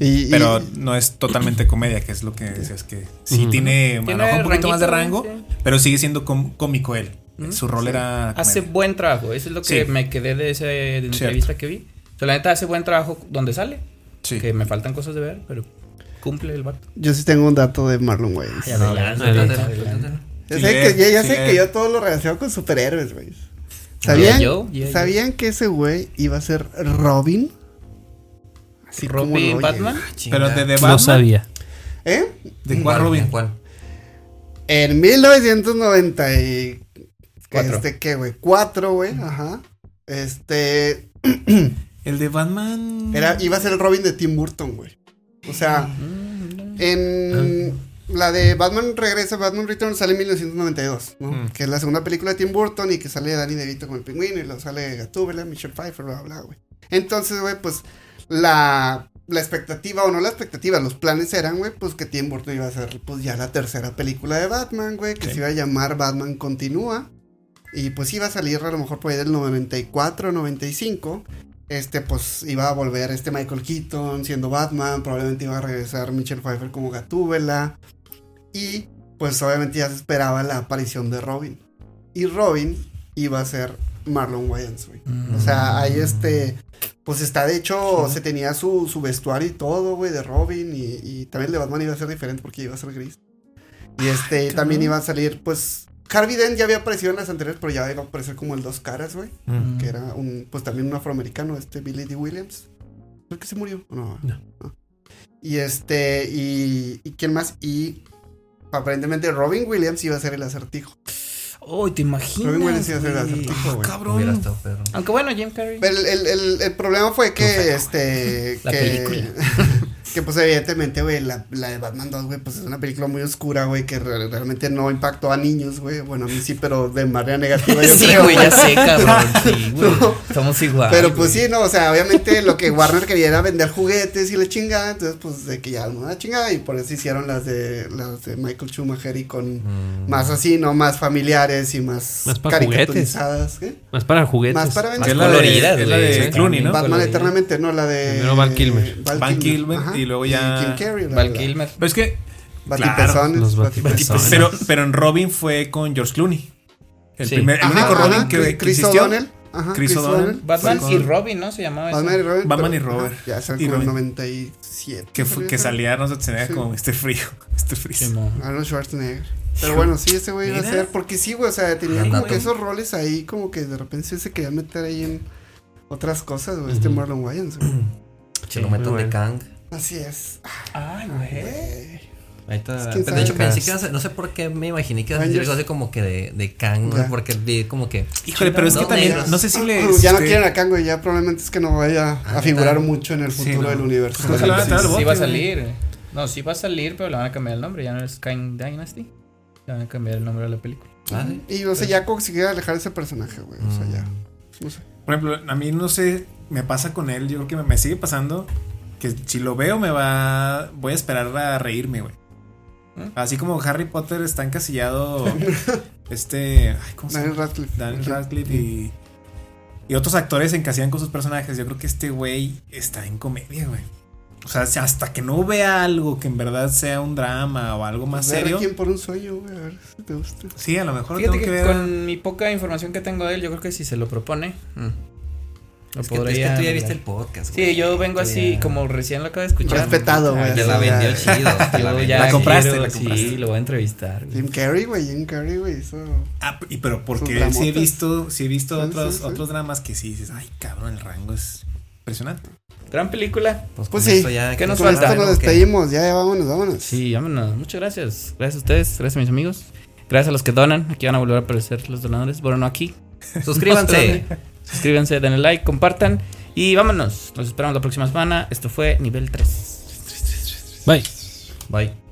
S3: Y, y-
S2: Pero no es totalmente comedia, que es lo que decías que sí
S5: Ujú.
S2: tiene, a lo
S1: Tiene
S2: mejor un poquito más de rango,
S1: ranguito,
S2: pero sigue siendo com- cómico él.
S1: Ujú.
S2: Su rol era
S1: Hace
S2: comedia.
S1: buen trabajo. Eso es lo que
S2: Sí.
S1: me quedé de esa de la entrevista que vi. O sea, la neta hace buen trabajo donde sale.
S2: Sí.
S1: Que me faltan cosas de ver, pero cumple el vato.
S3: yo sí tengo un dato de Marlon Wayans.
S4: Ya, adelante,
S5: adelante.
S4: adelante, adelante.
S3: Ya
S2: Sí,
S3: sé
S2: eh,
S3: que, ya, ya
S2: sí,
S3: sé
S2: eh.
S3: que yo todo lo relaciono con superhéroes, güey. ¿Sabían,
S1: Ah, yo, ya yo.
S3: ¿sabían que ese güey iba a ser Robin? Así como lo
S1: Robin
S3: oyen.
S1: Batman.
S2: Pero de The Batman,
S5: No sabía.
S3: ¿Eh?
S2: ¿de cuál Robin?
S4: ¿Cuál?
S3: En 1990 y...
S1: Cuatro.
S3: Este, ¿qué, güey? Cuatro, güey, ajá. Este...
S2: El de Batman.
S3: Era, iba a ser el Robin de Tim Burton, güey. O sea, En la de Batman regresa, Batman Returns sale en 1992, ¿no? Que es la segunda película de Tim Burton y que sale Danny DeVito como el pingüino y lo sale Gatúbela, Michelle Pfeiffer, bla, bla, güey. Entonces, güey, pues la, la expectativa o no la expectativa, los planes eran, güey, pues que Tim Burton iba a hacer pues ya la tercera película de Batman, güey, que se iba a llamar Batman Continúa. Y pues iba a salir a lo mejor por ahí del 94, 95 este, pues iba a volver este Michael Keaton siendo Batman, probablemente iba a regresar Michelle Pfeiffer como Gatúbela. Y pues obviamente ya se esperaba la aparición de Robin. Y Robin iba a ser Marlon Wayans, güey. O sea, ahí este, pues está de hecho, se tenía su, su vestuario y todo, güey, de Robin. Y, y también el de Batman iba a ser diferente porque iba a ser gris. Y este, también iba a salir, pues, Harvey Dent ya había aparecido en las anteriores, pero ya iba a aparecer como el Dos Caras, güey
S1: Mm.
S3: que era un, pues también un afroamericano, este Billy D. Williams. Creo que se murió, ¿o no?
S5: No.
S3: No. Y este, y, y quién más? Y aparentemente Robin Williams iba a ser el acertijo.
S1: Oh, ¿te imaginas?
S3: Robin Williams iba a ser el
S1: güey?
S3: acertijo, güey.
S4: Hubiera estado perro.
S1: Aunque bueno, Jim Carrey.
S3: Pero el, el- el- el problema fue que, este,
S1: La
S3: que,
S1: película.
S3: que pues evidentemente, güey, la, la de Batman 2, güey, pues es una película muy oscura, güey, que re- realmente no impactó a niños, güey. Bueno, a mí sí, pero de manera negativa yo
S1: sí,
S3: creo,
S1: güey, ya sé, cabrón. Sí, güey. Estamos igual.
S3: Pero pues
S1: güey.
S3: sí, no, o sea, obviamente lo que Warner quería era vender juguetes y la chingada, entonces pues de que ya no la chingada y por eso hicieron las de las de Michael Schumacher y con más así, no más familiares y más,
S5: Mm. Más para
S3: caricaturizadas, ¿eh?
S5: Más para juguetes. Ah,
S3: Más para
S1: Más
S3: vender.
S2: Es la de-
S1: coloridas,
S2: es la
S1: güey,
S2: de
S1: sí,
S2: Clooney,
S1: también
S2: ¿no?
S3: Batman
S1: coloridas.
S3: eternamente, no la de
S5: Primero Val Kilmer.
S2: Val Kilmer, y luego ya-
S3: Kim Carrey, la-
S1: Val
S3: la-
S1: Kilmer.
S2: Pero es que.
S3: Batipezones,
S5: los
S1: Pues
S3: batipezones.
S5: batipezones.
S2: Pero, pero en Robin fue con George Clooney. El,
S1: Sí.
S2: primer, el
S3: Ajá,
S2: único
S3: ajá,
S2: Robin que, que
S3: Chris
S2: existió.
S3: O'Donnell, ajá,
S2: Chris
S3: Chris
S2: O'Donnell.
S3: O'Donnell.
S1: Batman
S2: Fue
S1: y
S2: con-
S1: Robin, ¿no? Se llamaba eso.
S3: Batman y Robin.
S2: Batman
S3: pero-
S2: y Robert.
S3: ajá, Ya
S2: Y
S3: salió como
S2: Robin.
S3: el 97.
S2: Que, fue- que
S3: salió.
S2: salía Arnold Schwarzenegger
S3: Sí.
S2: con este frío. Este frío.
S1: Simón.
S3: Arnold Schwarzenegger. Pero bueno, sí, ese güey iba a
S2: Mira.
S3: ser. Porque sí, güey, o sea, tenía
S4: Gran
S3: como
S4: dato.
S3: que esos roles ahí, como que de repente sí se querían meter ahí en otras cosas, güey. Este Marlon Wayans, güey.
S4: Chilometon
S5: muy
S4: de
S5: bueno.
S4: Kang.
S3: Así es. Ah,
S1: Ay, güey.
S4: Ahí está.
S3: quién
S4: De hecho,
S3: sabe.
S4: pensé que ibas a- no sé por qué me imaginé que ibas a decir algo así como que de, de Kang, ¿no?
S3: Ya.
S4: porque vi como que.
S2: Híjole, pero es que
S4: No,
S2: también.
S4: menos.
S2: No sé si le.
S3: Ya no
S2: este,
S3: quieren a Kang, güey. Ya probablemente es que no vaya
S4: Ah,
S3: a figurar
S4: tal.
S3: mucho en el
S2: Sí,
S3: futuro
S2: no.
S3: del universo.
S2: Creo que lo van a atar al
S1: Pues Sí
S2: bote,
S1: va a
S2: güey.
S1: salir. güey. No, sí va a salir, pero le van a cambiar el nombre. Ya no es Kang Dynasty. Le van a cambiar el nombre a la película.
S4: Ah, sí.
S3: Y o sea, ya consiguiera alejar ese personaje, güey. O sea,
S4: mm,
S2: Mm.
S3: ya. No sé.
S2: Por ejemplo, a mí no sé. Me pasa con él. Yo creo que me, me sigue pasando. Que si lo veo, me va. Voy a esperar a reírme, güey.
S1: ¿Mm?
S2: Así como Harry Potter está encasillado. este. Ay, ¿Cómo se llama?
S3: Daniel Radcliffe.
S2: Daniel Radcliffe y, y otros actores se encasillan con sus personajes. Yo creo que este güey está en comedia, güey. O sea, si hasta que no vea algo que en verdad sea un drama o algo más
S3: Pues Ver
S2: serio.
S3: quién por un sueño, güey. A ver si te gusta.
S2: Sí, a lo mejor
S1: Fíjate
S2: tengo
S1: que,
S2: que, ver.
S1: con mi poca información que tengo de él, yo creo que si se lo propone. mm, lo
S4: Es que, es que
S1: podría
S4: tú ya
S1: arreglar.
S4: viste el podcast.
S1: Sí, yo vengo
S4: Tú
S1: así,
S4: ya-
S1: como recién lo acabo de escuchar.
S3: Respetado, güey.
S4: Te
S3: así,
S4: la
S3: ya.
S4: vendió chido. te la
S1: Yo
S4: vendió.
S1: ya
S2: La compraste,
S1: quiero-
S2: la compraste.
S1: Sí, lo voy a entrevistar. güey.
S3: Jim Carrey, güey. Jim Carrey, güey. Eso.
S2: Ah, p- y pero
S3: Sus
S2: porque sí he
S3: dramotas.
S2: visto, sí he visto
S3: Sí,
S2: otros,
S3: sí, sí.
S2: otros dramas que sí dices, ay cabrón, el rango es impresionante.
S1: Gran película.
S4: Pues,
S3: Pues
S4: con
S3: sí.
S4: esto ya-
S1: ¿Qué nos
S3: Con
S1: falta?
S3: esto nos
S1: Ok.
S3: despedimos. Ya, ya, vámonos, vámonos.
S1: Sí, vámonos. Muchas gracias. Gracias a ustedes, gracias a mis amigos. Gracias a los que donan. Aquí van a volver a aparecer los donadores. Bueno, no aquí.
S4: Suscríbanse.
S1: Suscríbanse, denle like, compartan. Y vámonos. Nos esperamos la próxima semana. Esto fue nivel 3.
S5: Bye.
S4: Bye.